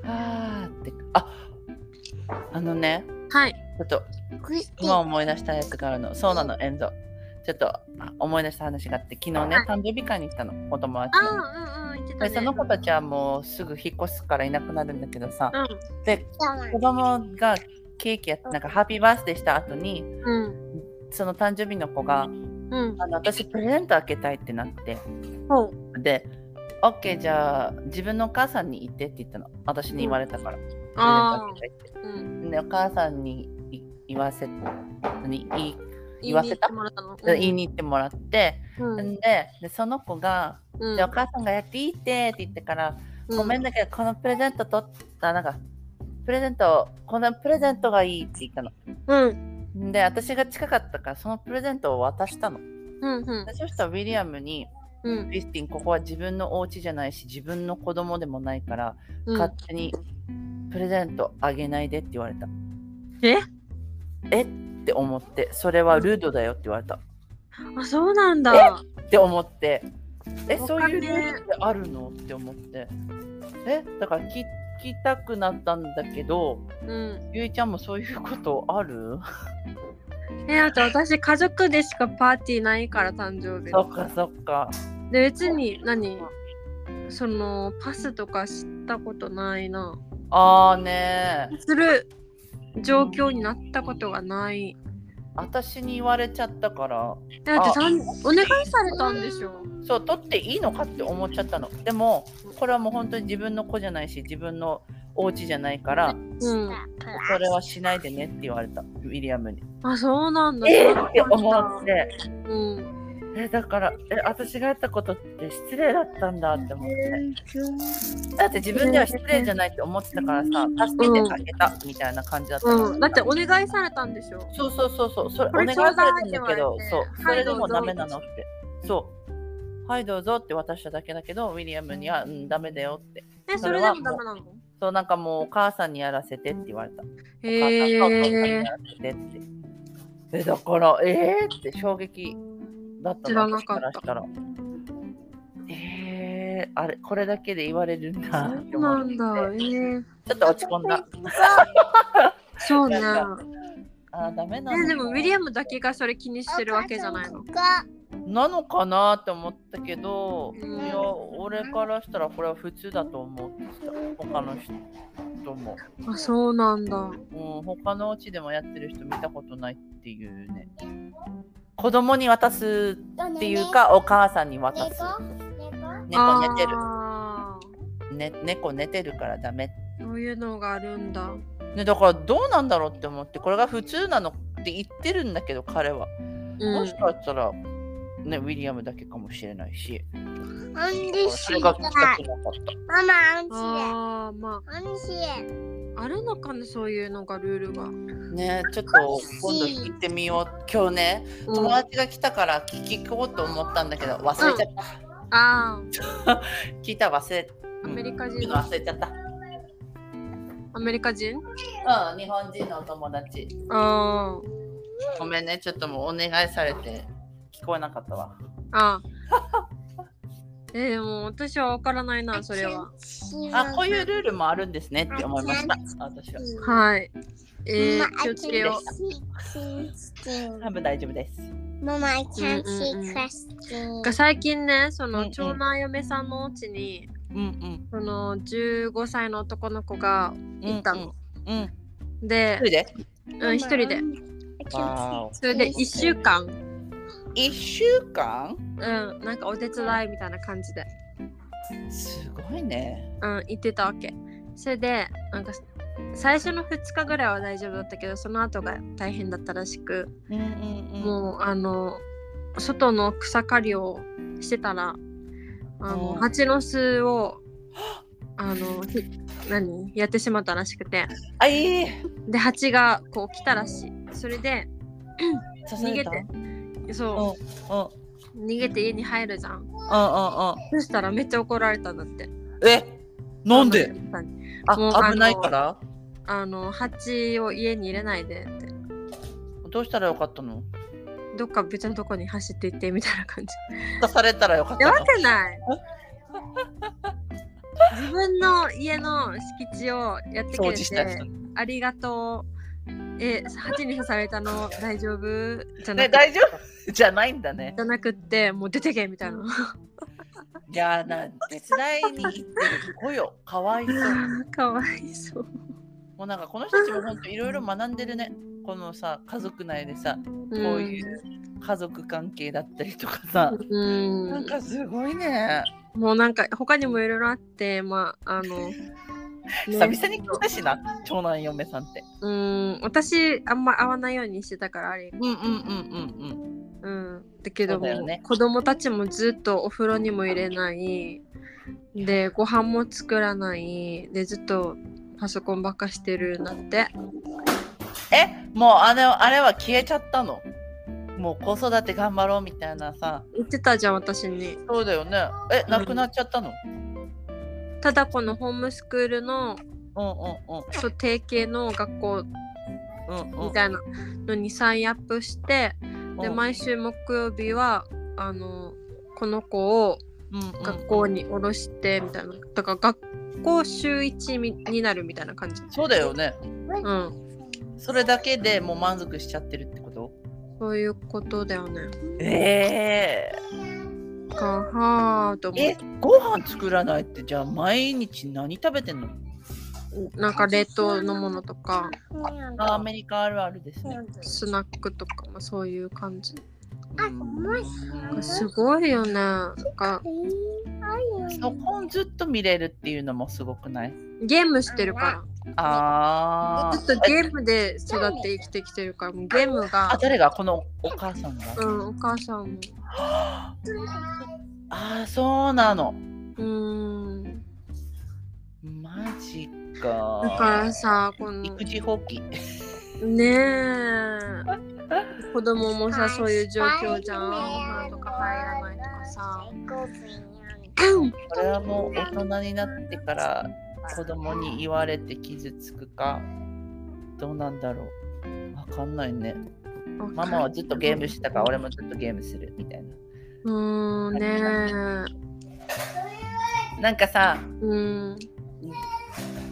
あーって。あ、あのね、はいちょっと今思い出したやつがあるの。そうなの、エンゾ。ちょっとあ思い出した話があって、昨日ねはい、誕生日会に行ったの、お友達の。ああうんうん言ってたで、ねその子たちはもうすぐ引っ越すからいなくなるんだけどさ、で、子う供がケーキやなんかハッピーバースデーした後に、うんその誕生日の子が、うんうんあの私プレゼント開けたいってなって、ほうで、OK、じゃあ自分のお母さんに行ってって言ったの、私に言われたから。プレゼントあ開けたいって。あうんでお母さんにい言わせに言い言言わわせせたたもらったの言いに行ってもらって、うんうんん、ででその子が、うんじゃあお母さんがやっていいってって言ってから、うごめんだけどこのプレゼント取ったなんかプレゼントこのプレゼントがいいって言ったのうんんで私が近かったからそのプレゼントを渡したのうんうんでそしたらウィリアムにうんクリスティンここは自分のお家じゃないし自分の子供でもないから、うん勝手にプレゼントあげないでって言われたええって思ってそれはルードだよって言われたあそうなんだって思ってえわそかういるうねルールってあるのって思ってえだから聞きたくなったんだけどうんゆいちゃんもそういうことあ るえあと私家族でしかパーティーないから誕生日そっかそっかで別に何そのパスとかしたことないなああねーする状況になったことがない私に言われちゃったからだってさんお願いされたんでしょそう取っていいのかって思っちゃったのでもこれはもう本当に自分の子じゃないし自分のお家じゃないからうんそれはしないでねって言われたウィリアムに。あそうなんだえーって思ってうんえだからえ私がやったことって失礼だったんだって思ってだって自分では失礼じゃないって思ってたからさ助けてあげたみたいな感じだったからうんだってお願いされたんでしょそうそうそうそうそれおこれ願いされたんだけどちょうだいって言われてそうそれではもいどうぞダメなのってそうはいどうぞって渡しただけだけどウィリアムにはうんダメだよってえそそれれではもダメなのそうなんかもうお母さんにやらせてって言われた。お母さんへとお父さんにやえらせてって。えだからえー、って衝撃だった知らなかった私らしたらえー、あれこれだけで言われるんだってそうな思ってんだえーちょっと落ち込んだ。そうねなんあーダメなのえでもウィリアムだけがそれ気にしてるわけじゃないのなのかなって思ったけど、うんいや俺からしたらこれは普通だと思う他の人も、あそうなんだうん、他のうちでもやってる人見たことないっていうね子供に渡すっていうかお母さんに渡す猫寝てる、あーね、猫寝てるからダメそういうのがあるんだね、だからどうなんだろうって思ってこれが普通なのって言ってるんだけど彼は、うもんしかしたら、ね、ウィリアムだけかもしれないしそれがきっかけなかったああまああるのかねそういうのがルールが、ねちょっと今度聞いてみよう今日ね友達が来たから聞きこうと思ったんだけど忘れちゃった、ああ聞いた忘れアメリカ人うん聞くの忘れちゃったアメリカ人うん日本人のお友達あーごめんねちょっともうお願いされて聞こえなかったわああ えー、でも私は分からないなそれはあこういうルールもあるんですねって思いました私ははいえー、気をつけよう多分大丈夫です Mama, I can't see Christine. なんか最近ねそうんうのん長男嫁さんのお家にうんその15歳の男の子がうん行ったの、うんうんでそれでうん一人で I わ can't それで1週間1週間うんなんかお手伝いみたいな感じですごいねうん、行ってたわけそれでなんか最初の2日ぐらいは大丈夫だったけどその後が大変だったらしく、うんうんうんもうあの外の草刈りをしてたらあのうん蜂の巣 をあのひ何やってしまったらしくてあいいで蜂がこう来たらしいそれで刺さ逃れげたてうんそうんう逃げて家に入るじゃんうんうんそしたらめっちゃ怒られたんだってえなんでもうああの危ないからあの蜂を家に入れないでってどうしたらよかったのどっか別のとこに走っていってみたいな感じ刺されたらよかっやたわのけ ない自分の家の敷地をやってく掃れ除したて人ありがとうえ蜂に刺されたの 大丈夫じゃなねくて大丈夫じゃないんだねじゃなくってもう出てけみたいないやーなん手伝いに行ってる子よかわいそう かわいそうもうなんかこの人たちも本当いろいろ学んでるねこのさ家族内でさここういう家族関係だったりとかさ、うんなんかすごいねもうなんか他にもいろいろあってまああの、ね久々に来たしな長男嫁さんってうん私あんま会わないようにしてたからあれうんうんうんうんうんうん、だけどそうだも、よね子供たちもずっとお風呂にも入れないでご飯も作らないでずっとパソコンばっかしてるんだってえもうあれあれは消えちゃったのもう子育て頑張ろうみたいなさ言ってたじゃん私にそうだよねえなくなっちゃったの、ただこのホームスクールのうそう提携の学校んうんうんうんうんみたいなのにサインアップしてでうん毎週木曜日はあのこの子をうんうん学校に下ろしてみたいなだから学校週1みになるみたいな感じそうだよねうんそれだけでもう満足しちゃってるってことそういうことだよねえかはーとー、思っえご飯作らないってじゃあ毎日何食べてんのてなんか冷凍のものとかアメリカあるあるですね、スナックとか、まあ、そういう感じなんうんかすごいよねなんかそこをずっと見れるっていうのもすごくないゲームしてるかあらーずっとゲームで育って生きてきてるからもうゲームあが、誰がこのお母さんが、うあん、お母さんもあーそうなのうーんマジかだからさこの育児放棄ねえ子供もさそういう状況じゃんお風呂なんとか入らないとかさ。これはもう大人になってから子供に言われて傷つくかどうなんだろうわかんないねママはずっとゲームしてたから俺もずっとゲームするみたいなうーんねえなんかさうん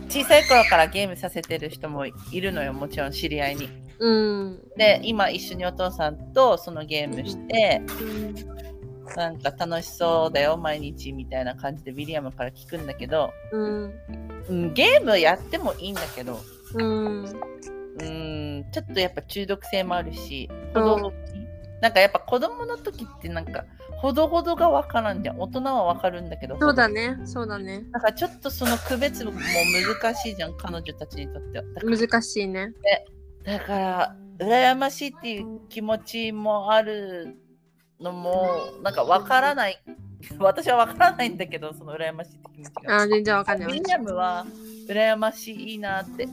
小さい頃からゲームさせてる人もいるのよもちろん知り合いにうんで今一緒にお父さんとそのゲームしてうんなんか楽しそうだよ毎日みたいな感じでウィリアムから聞くんだけど、うんうん、ゲームやってもいいんだけどうんうーんちょっとやっぱ中毒性もあるし、ほどほどになんかやっぱ子供の時ってなんかほどほどがわからんじゃん大人はわかるんだけどそうだねそうだねなんかちょっとその区別も難しいじゃん彼女たちにとってはだから難しいねだから羨ましいっていう気持ちもあるのもなんかわからない私はわからないんだけどその羨ましいって気持ちがあー全然わかんウなィいリアムは羨ましいいいなって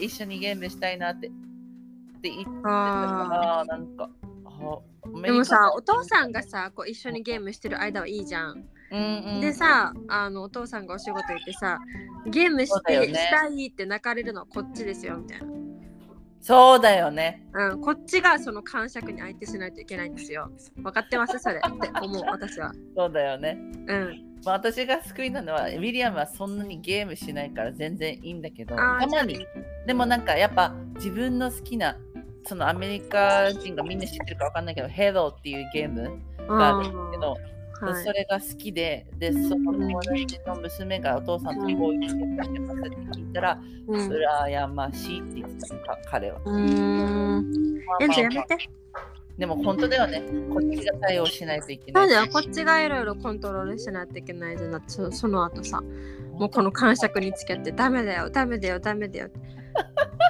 一緒にゲームしたいなってって言ってたからなんかあでもさお父さんがさ、さこう一緒にゲームしてる間はいいじゃんうんうん、でさあのお父さんがお仕事行ってさゲームそうしだよて、ねしたいって泣かれるのはこっちですよみたいそうだよねな、うん、こっちがその感触に相手しないといけないんですよ分かってますそれって思う私はそうだよね、うんまあ、私が救いなのはウィリアムはそんなにゲームしないから全然いいんだけどあーたまにでもなんかやっぱ自分の好きなそのアメリカ人がみんな知ってるかわかんないけど「ヘローっていうゲームがあるんだけどあーはいそれが好きで、で、その友達の娘がお父さんとこういうことしてますって聞いたら、うんう羨ましいって言ってたか彼は。ーんエンジやめてでも本当だよね、こっちが対応しないといけな。ないんでこっちがいろいろコントロールしないといけないじゃんだってそその後さもうこの感 触につけてダメだよダメだよダメだよ。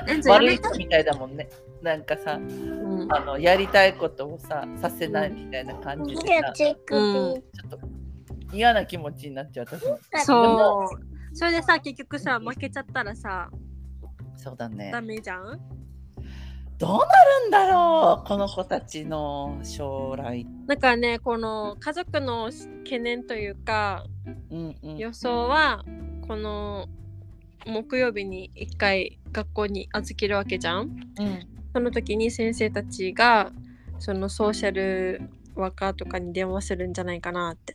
エンジや悪めいて人みたいだもんね。なんかさうんあのやりたいことをささせないみたいな感じでさち Little chickpea. ょっと嫌な気持ちになっちゃう私もそう。それでさ、結局さ、負けちゃったらさ、そうだねダメじゃんどうなるんだろうこの子たちの将来だからね、この家族の懸念というか、うんうん予想は、この木曜日に一回学校に預けるわけじゃんうんその時に先生たちがそのソーシャルワーカーとかに電話するんじゃないかなって。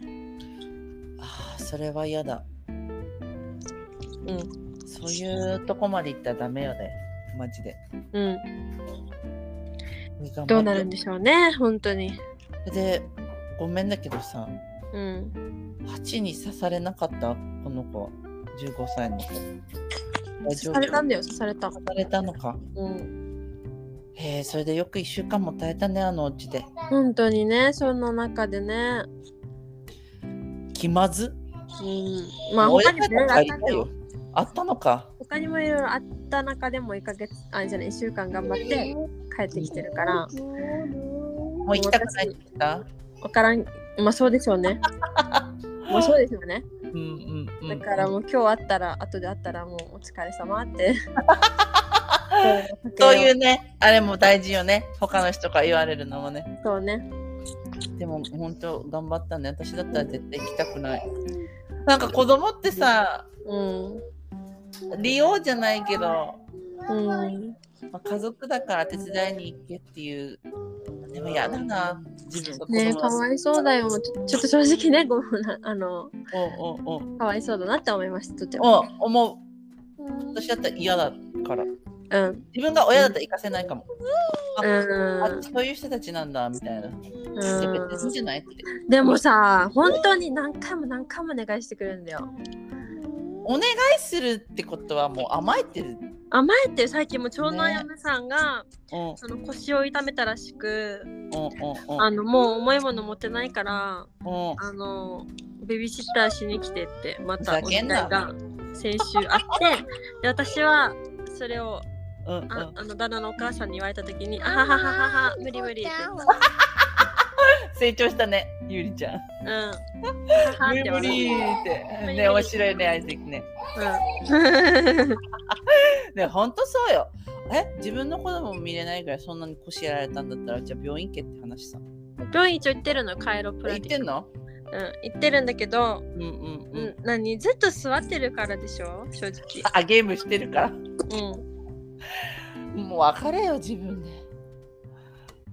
ああそれは嫌だうん。そういうとこまで行ったらダメよねマジでうん。どうなるんでしょうね、本当に。ょでごめんだけどさうん。蜂に刺されなかったこの子15歳の子大丈刺夫されたんだよ、刺された。刺されたのかうん。へえそれでよく1週間も耐えたねあのうちで本当にね、その中でね。気まずうん。まあ、他親に方もいろいろあ借っりたたんだよよ。あったのか他にもいろいろあった中でも1ヶ月、あ、じゃない、1週間頑張って帰ってきてるから、もう行きたくないって言ったわからん、まあそうでしょう ね。もうそうですよね。うんうんうんだからもう今日会ったら、後で会ったらもうお疲れ様 って。。そういううねあれも大事よね他の人から言われるのもねそうね。でも本当頑張ったね私だったら絶対行きたくないなんか子供ってさうん。利用じゃないけどうん。まあ、家族だから手伝いに行けっていうでも嫌だな自分が子ねえ、供かだわいそうだよ。ちょちょっと正直ね、ごめんなあの、おうおうかわいそうだなって思いました。とても。おうお思う私だったら嫌だからうん。自分が親だったら行かせないかも、うんあそういう人たちなんだみたいな、でうん別にいいんじゃないってでもさ、本当に何回も何回もお願いしてくれるんだよ。お願いするってことはもう甘えてる、甘えて最近も長男嫁さんが、うんうんその腰を痛めたらしく、うんあのもう重いもの持てないから、うんうんあのベビーシッターしに来てってまたふざけんなお願いが先週あってで私はそれをうんうあんあの旦那のお母さんに言われた時に「あははははは無理無理」って成長したねゆりちゃん「うん」ははって無理笑ってね面白いね愛席ねうね、ほんとそうよ。え、自分の子供も見れないぐらいそんなに腰やられたんだったら、じゃあ病院行けって話さ。うん、病院一応行ってるのカイロプラ行テっィてんのックうん、行ってるんだけど、うんうんううんん。、何ずっと座ってるからでしょ正直、あ、ゲームしてるかう、ら。もう別れよ、自分で。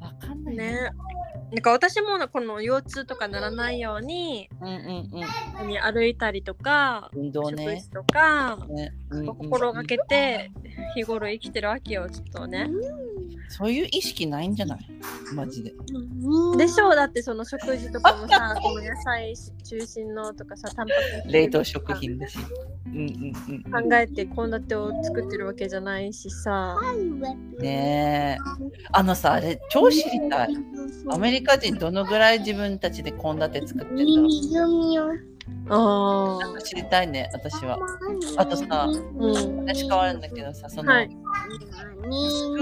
わかんなんい。ねなんか私もこの腰痛とかならないようにうんうん何歩いたりとかうん。運動食ね事。とか、ねうんうんうん心がけて日頃生きてるわけよちょっとね。そういう意識ないんじゃないマジで。でしょうだってその食事とかもさこの野菜中心のとかさタンパク質冷凍食品だし。うんうんう考えて献立を作ってるわけじゃないしさ。ん。ねえ。あのさ、あれ、超知りたい。アメリカ人どのぐらい自分たちで献立作ってんだろうあ知りたいね、私は。あとさうん話変わるんだけどさ、その、はいスク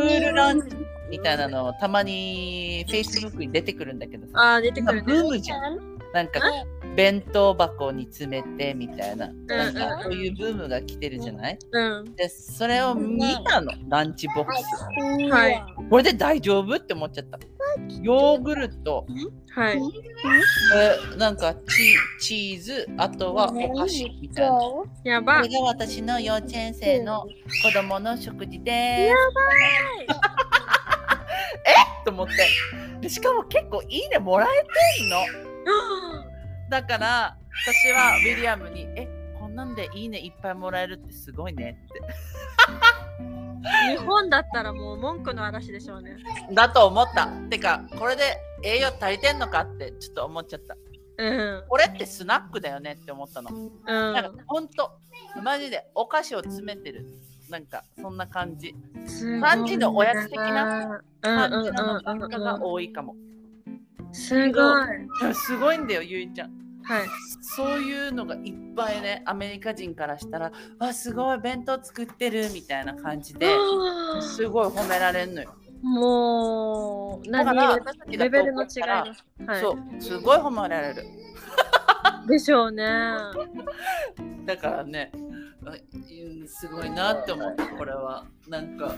ールランチみたいなのたまに Facebook に出てくるんだけどさ、あー出て今くブるね。ームじゃん。なんか弁当箱に詰めてみたいな、なんうんうんうかんそういうブームが来てるじゃないうん。で、それを見たの、ランチボックス。はいこれで大丈夫って思っちゃった。ヨーグルト、はい。えなんかチチーズ、あとはお菓子みたいな。やこばれ。が私の幼稚園生の子供の食事です。ばと思ってでしかも結構いいねもらえてんのだから私はウィリアムに「えこんなんでいいねいっぱいもらえるってすごいね」っ日本だったらもう文句の嵐でしょうね。てだと思ったてかこれで栄養足りてんのかってちょっと思っちゃったうん。これってスナックだよねって思ったのうなんかほんとマジでお菓子を詰めてるなんかそんな感じん。すごい3時のおやつ的なうん感うんうじなのんとかうんが多いかもうん。すごい。うんすごいんだよゆいちゃんはい。そういうのがいっぱいねアメリカ人からしたら「わすごい弁当作ってる」みたいな感じですごい褒められんのよ。もうだか何らレベレベルの違いです。はい、そうすごい褒められるでしょうね。だからねうんすごいなって思ったこれはなんか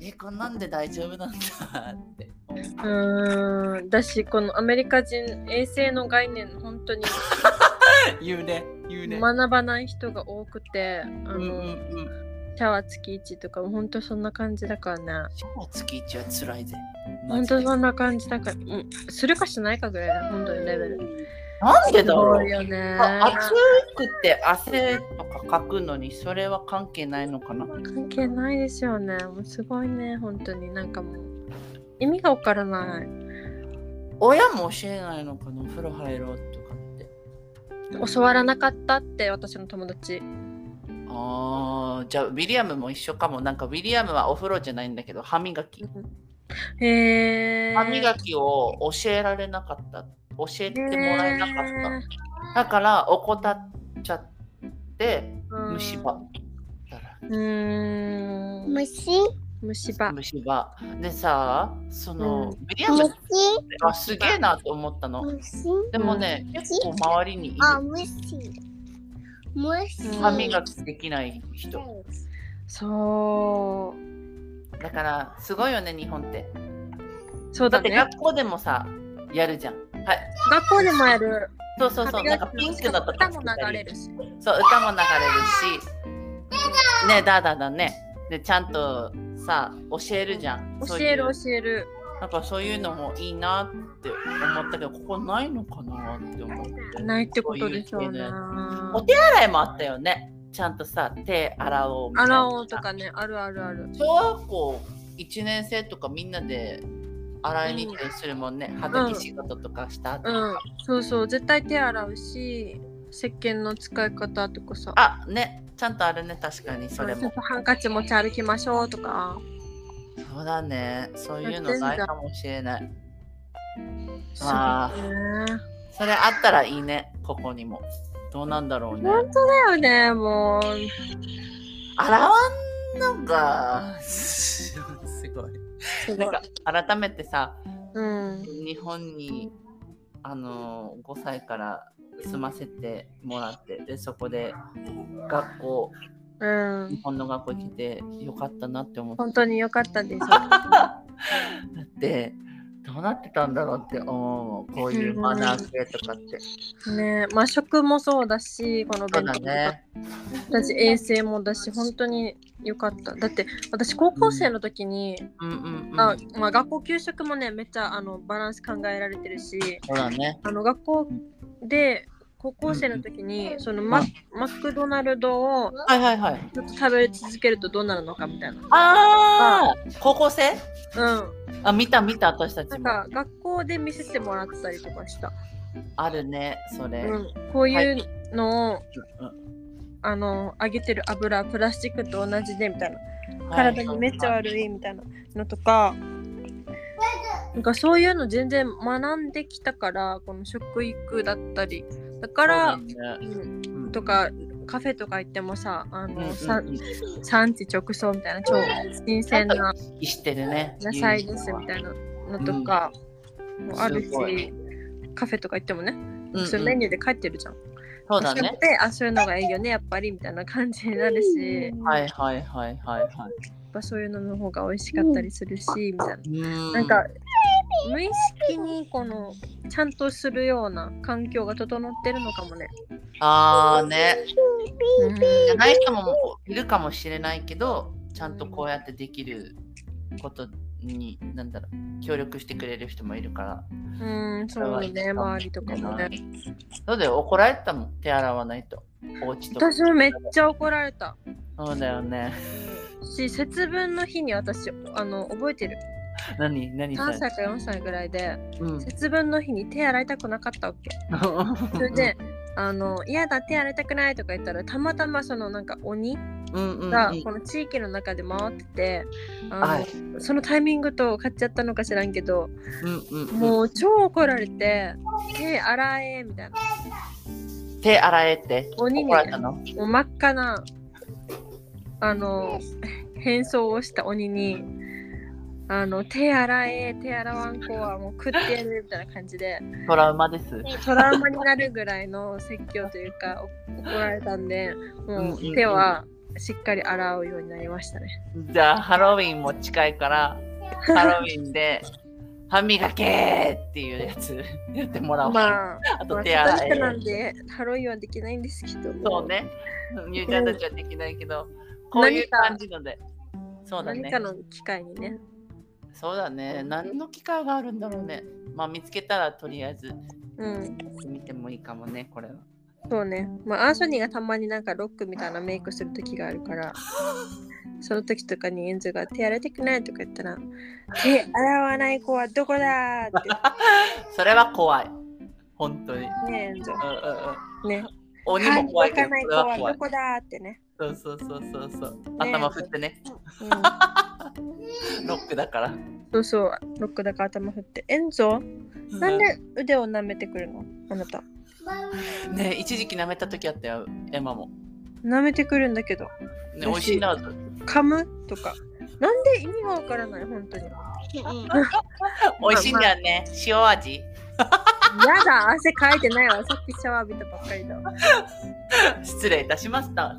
えこんなんで大丈夫なんだって思ううーん。だしこのアメリカ人衛生の概念本当に言うね言うね、学ばない人が多くて、あうんうんうのんシャワー月1とか本当そんな感じだからね。しかも月一は辛いぜマ本ジで当そんな感じだから、うん、するかしないかぐらいだ本当にレベル。なんでだすろごいうよね。あ暑くて汗とかかくのにそれは関係ないのかな関係ないですよね。もうすごいね、本当になんかもう意味がわからない。親も教えないのかなお風呂入ろうとかって教わらなかったって私の友達。あーじゃあウィリアムも一緒かもなんかウィリアムはお風呂じゃないんだけど歯磨きへえ。歯磨きを教えられなかった教えてもらえなかっただから怠っちゃってうん虫歯だらうーん。虫虫歯。虫歯でさその、うんウィリアム虫ってあすげえなと思ったの虫でもね、うん結構周りにいるあ、虫虫歯磨きできない人そう。だからすごいよね日本ってそうだだってね。学校でもさやるじゃんはい学校でもやる。そうそうそうなんかピンクのとか歌もつけた流れりるし。そう歌も流れるしねだだだねでちゃんとさ教えるじゃん教そういえうる教える。なんかそういうのもいいなって思ったけどここないのかなって思ってないってことでしょそうういうね系。お手洗いもあったよねちゃんとさ手洗おうみたいな洗おうとかね、あるあるある。小学校1年生とかみんなで洗いに行ったりするもんね、畑仕事とかした後、うん、そうそう、絶対手洗うし、石鹸の使い方とかさ。あねちゃんとあるね確かにそれちょもっとハンカチ持ち歩きましょうとか。そうだねそういうのやってんだないかもしれ ないあーそうね。それあったらいいねここにもどうなんだろうね本当だよね、もう。洗わんのがすごいすなんか改めてさうん。日本にあの5歳から住ませてもらってでそこで学校う日ん。本の学校行けてよかったなって思って本当に良かったです。だってどうなってたんだろうって思うこういうマナー系とかってねまあ食もそうだし、このそ弁うだ当とかねだし、衛生もだし、本当に良かった。だって、私、高校生の時に、うんうんうんあまあ、学校給食もね、めっちゃあのバランス考えられてるし、そうだねあの学校で、高校生の時に、そのママクドナルドをはいはいはいずっと食べ続けるとどうなるのかみたいな。あー高校生うあ見た見た私たちん。もなんか学校で見せてもらったりとかした。あるねそれ、うん。こういうのを、うんあの揚げてる油はプラスチックと同じでみたいな。はい体にめっちゃ悪いみたいなのとか。なんかそういうの全然学んできたからこの食育だったりだからそうだねうんうんとかカフェとか行ってもさあうんうんうの、んさ産地直送みたいな超新鮮な意識してるね野菜ですみたいなのとかもあるし、すごいカフェとか行ってもね、うんうんそのメニューで帰ってるじゃん。そうだねであそういうのがいいよねやっぱりみたいな感じになるしやっはいはいはいはいはいぱそういうのの方が美味しかったりするし、みたいな。ななんか無意識にこのちゃんとするような環境が整ってるのかもね。ああねうんじゃない人もいるかもしれないけどちゃんとこうやってできることになんだろう協力してくれる人もいるからうん、そうね、周りとかもね。そうだよ怒られたもん手洗わないとお家とか私もめっちゃ怒られた。そうだよね し、節分の日に私、あの、覚えてる。何何3さ歳か4歳ぐらいで、うん節分の日に手洗いたくなかったわけ。それで、あの嫌だ手洗いたくないとか言ったらたまたまそのなんか鬼 うんうんうんがこの地域の中で回ってて、あのはいそのタイミングと買っちゃったのか知らんけどうんうんうんもう超怒られて「手洗え」みたいな手洗えって鬼に怒られたのもう真っ赤なあの変装をした鬼にあの手洗え手洗わん子はもう食ってやるみたいな感じでトラウマです。トラウマになるぐらいの説教という かお怒られたんでもう手はしっかり洗うようになりましたね。じゃあハロウィンも近 いから、ハロウィンで歯磨けーっていうやつ やって もらおう。まあ、あまとあ、手洗人え。なんでハロウィンはできないんですけどもそうね。ニューちゃんたちはできないけど、こういう感じので。そうだ何ねか。の機会にね。そうだね。何の機会があるんだろうね。まあ見つけたらとりあえずうん、見てもいいかもね、これは。そうね。まあ、アンソニーがたまになんかロックみたいなメイクする時がある から、その時とかにエンズが手洗いたくないとか言ったら、手洗わない子はどこだーってそれは怖い。本当に。うんね、エンズ。うんうん。 ね、鬼歯もに怖動いけかど、こないれ子はは怖どい。こだーってね。そうそうそうそうそう。頭振ってね。うん、ロックだから。そうそう、ロックだから頭振って。エンゾ、なんで腕を舐めてくるのあなた。うんね一時期舐めた時あったよ、エマも。舐めてくるんだけど、よね、し美味しいなと。噛むとか。なんで意味がわからない、本当に。美味しいんだよね。塩味。やだ、汗かいてないわ。さっきシャワー浴びたばっかりだ わ。失礼いたしました。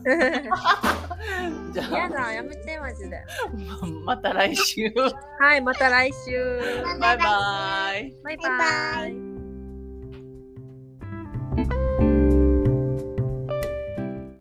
じやゃだ、やめて、マジで。あ、また来週。はい、また来週。バイババイイ。バイ。バイバイ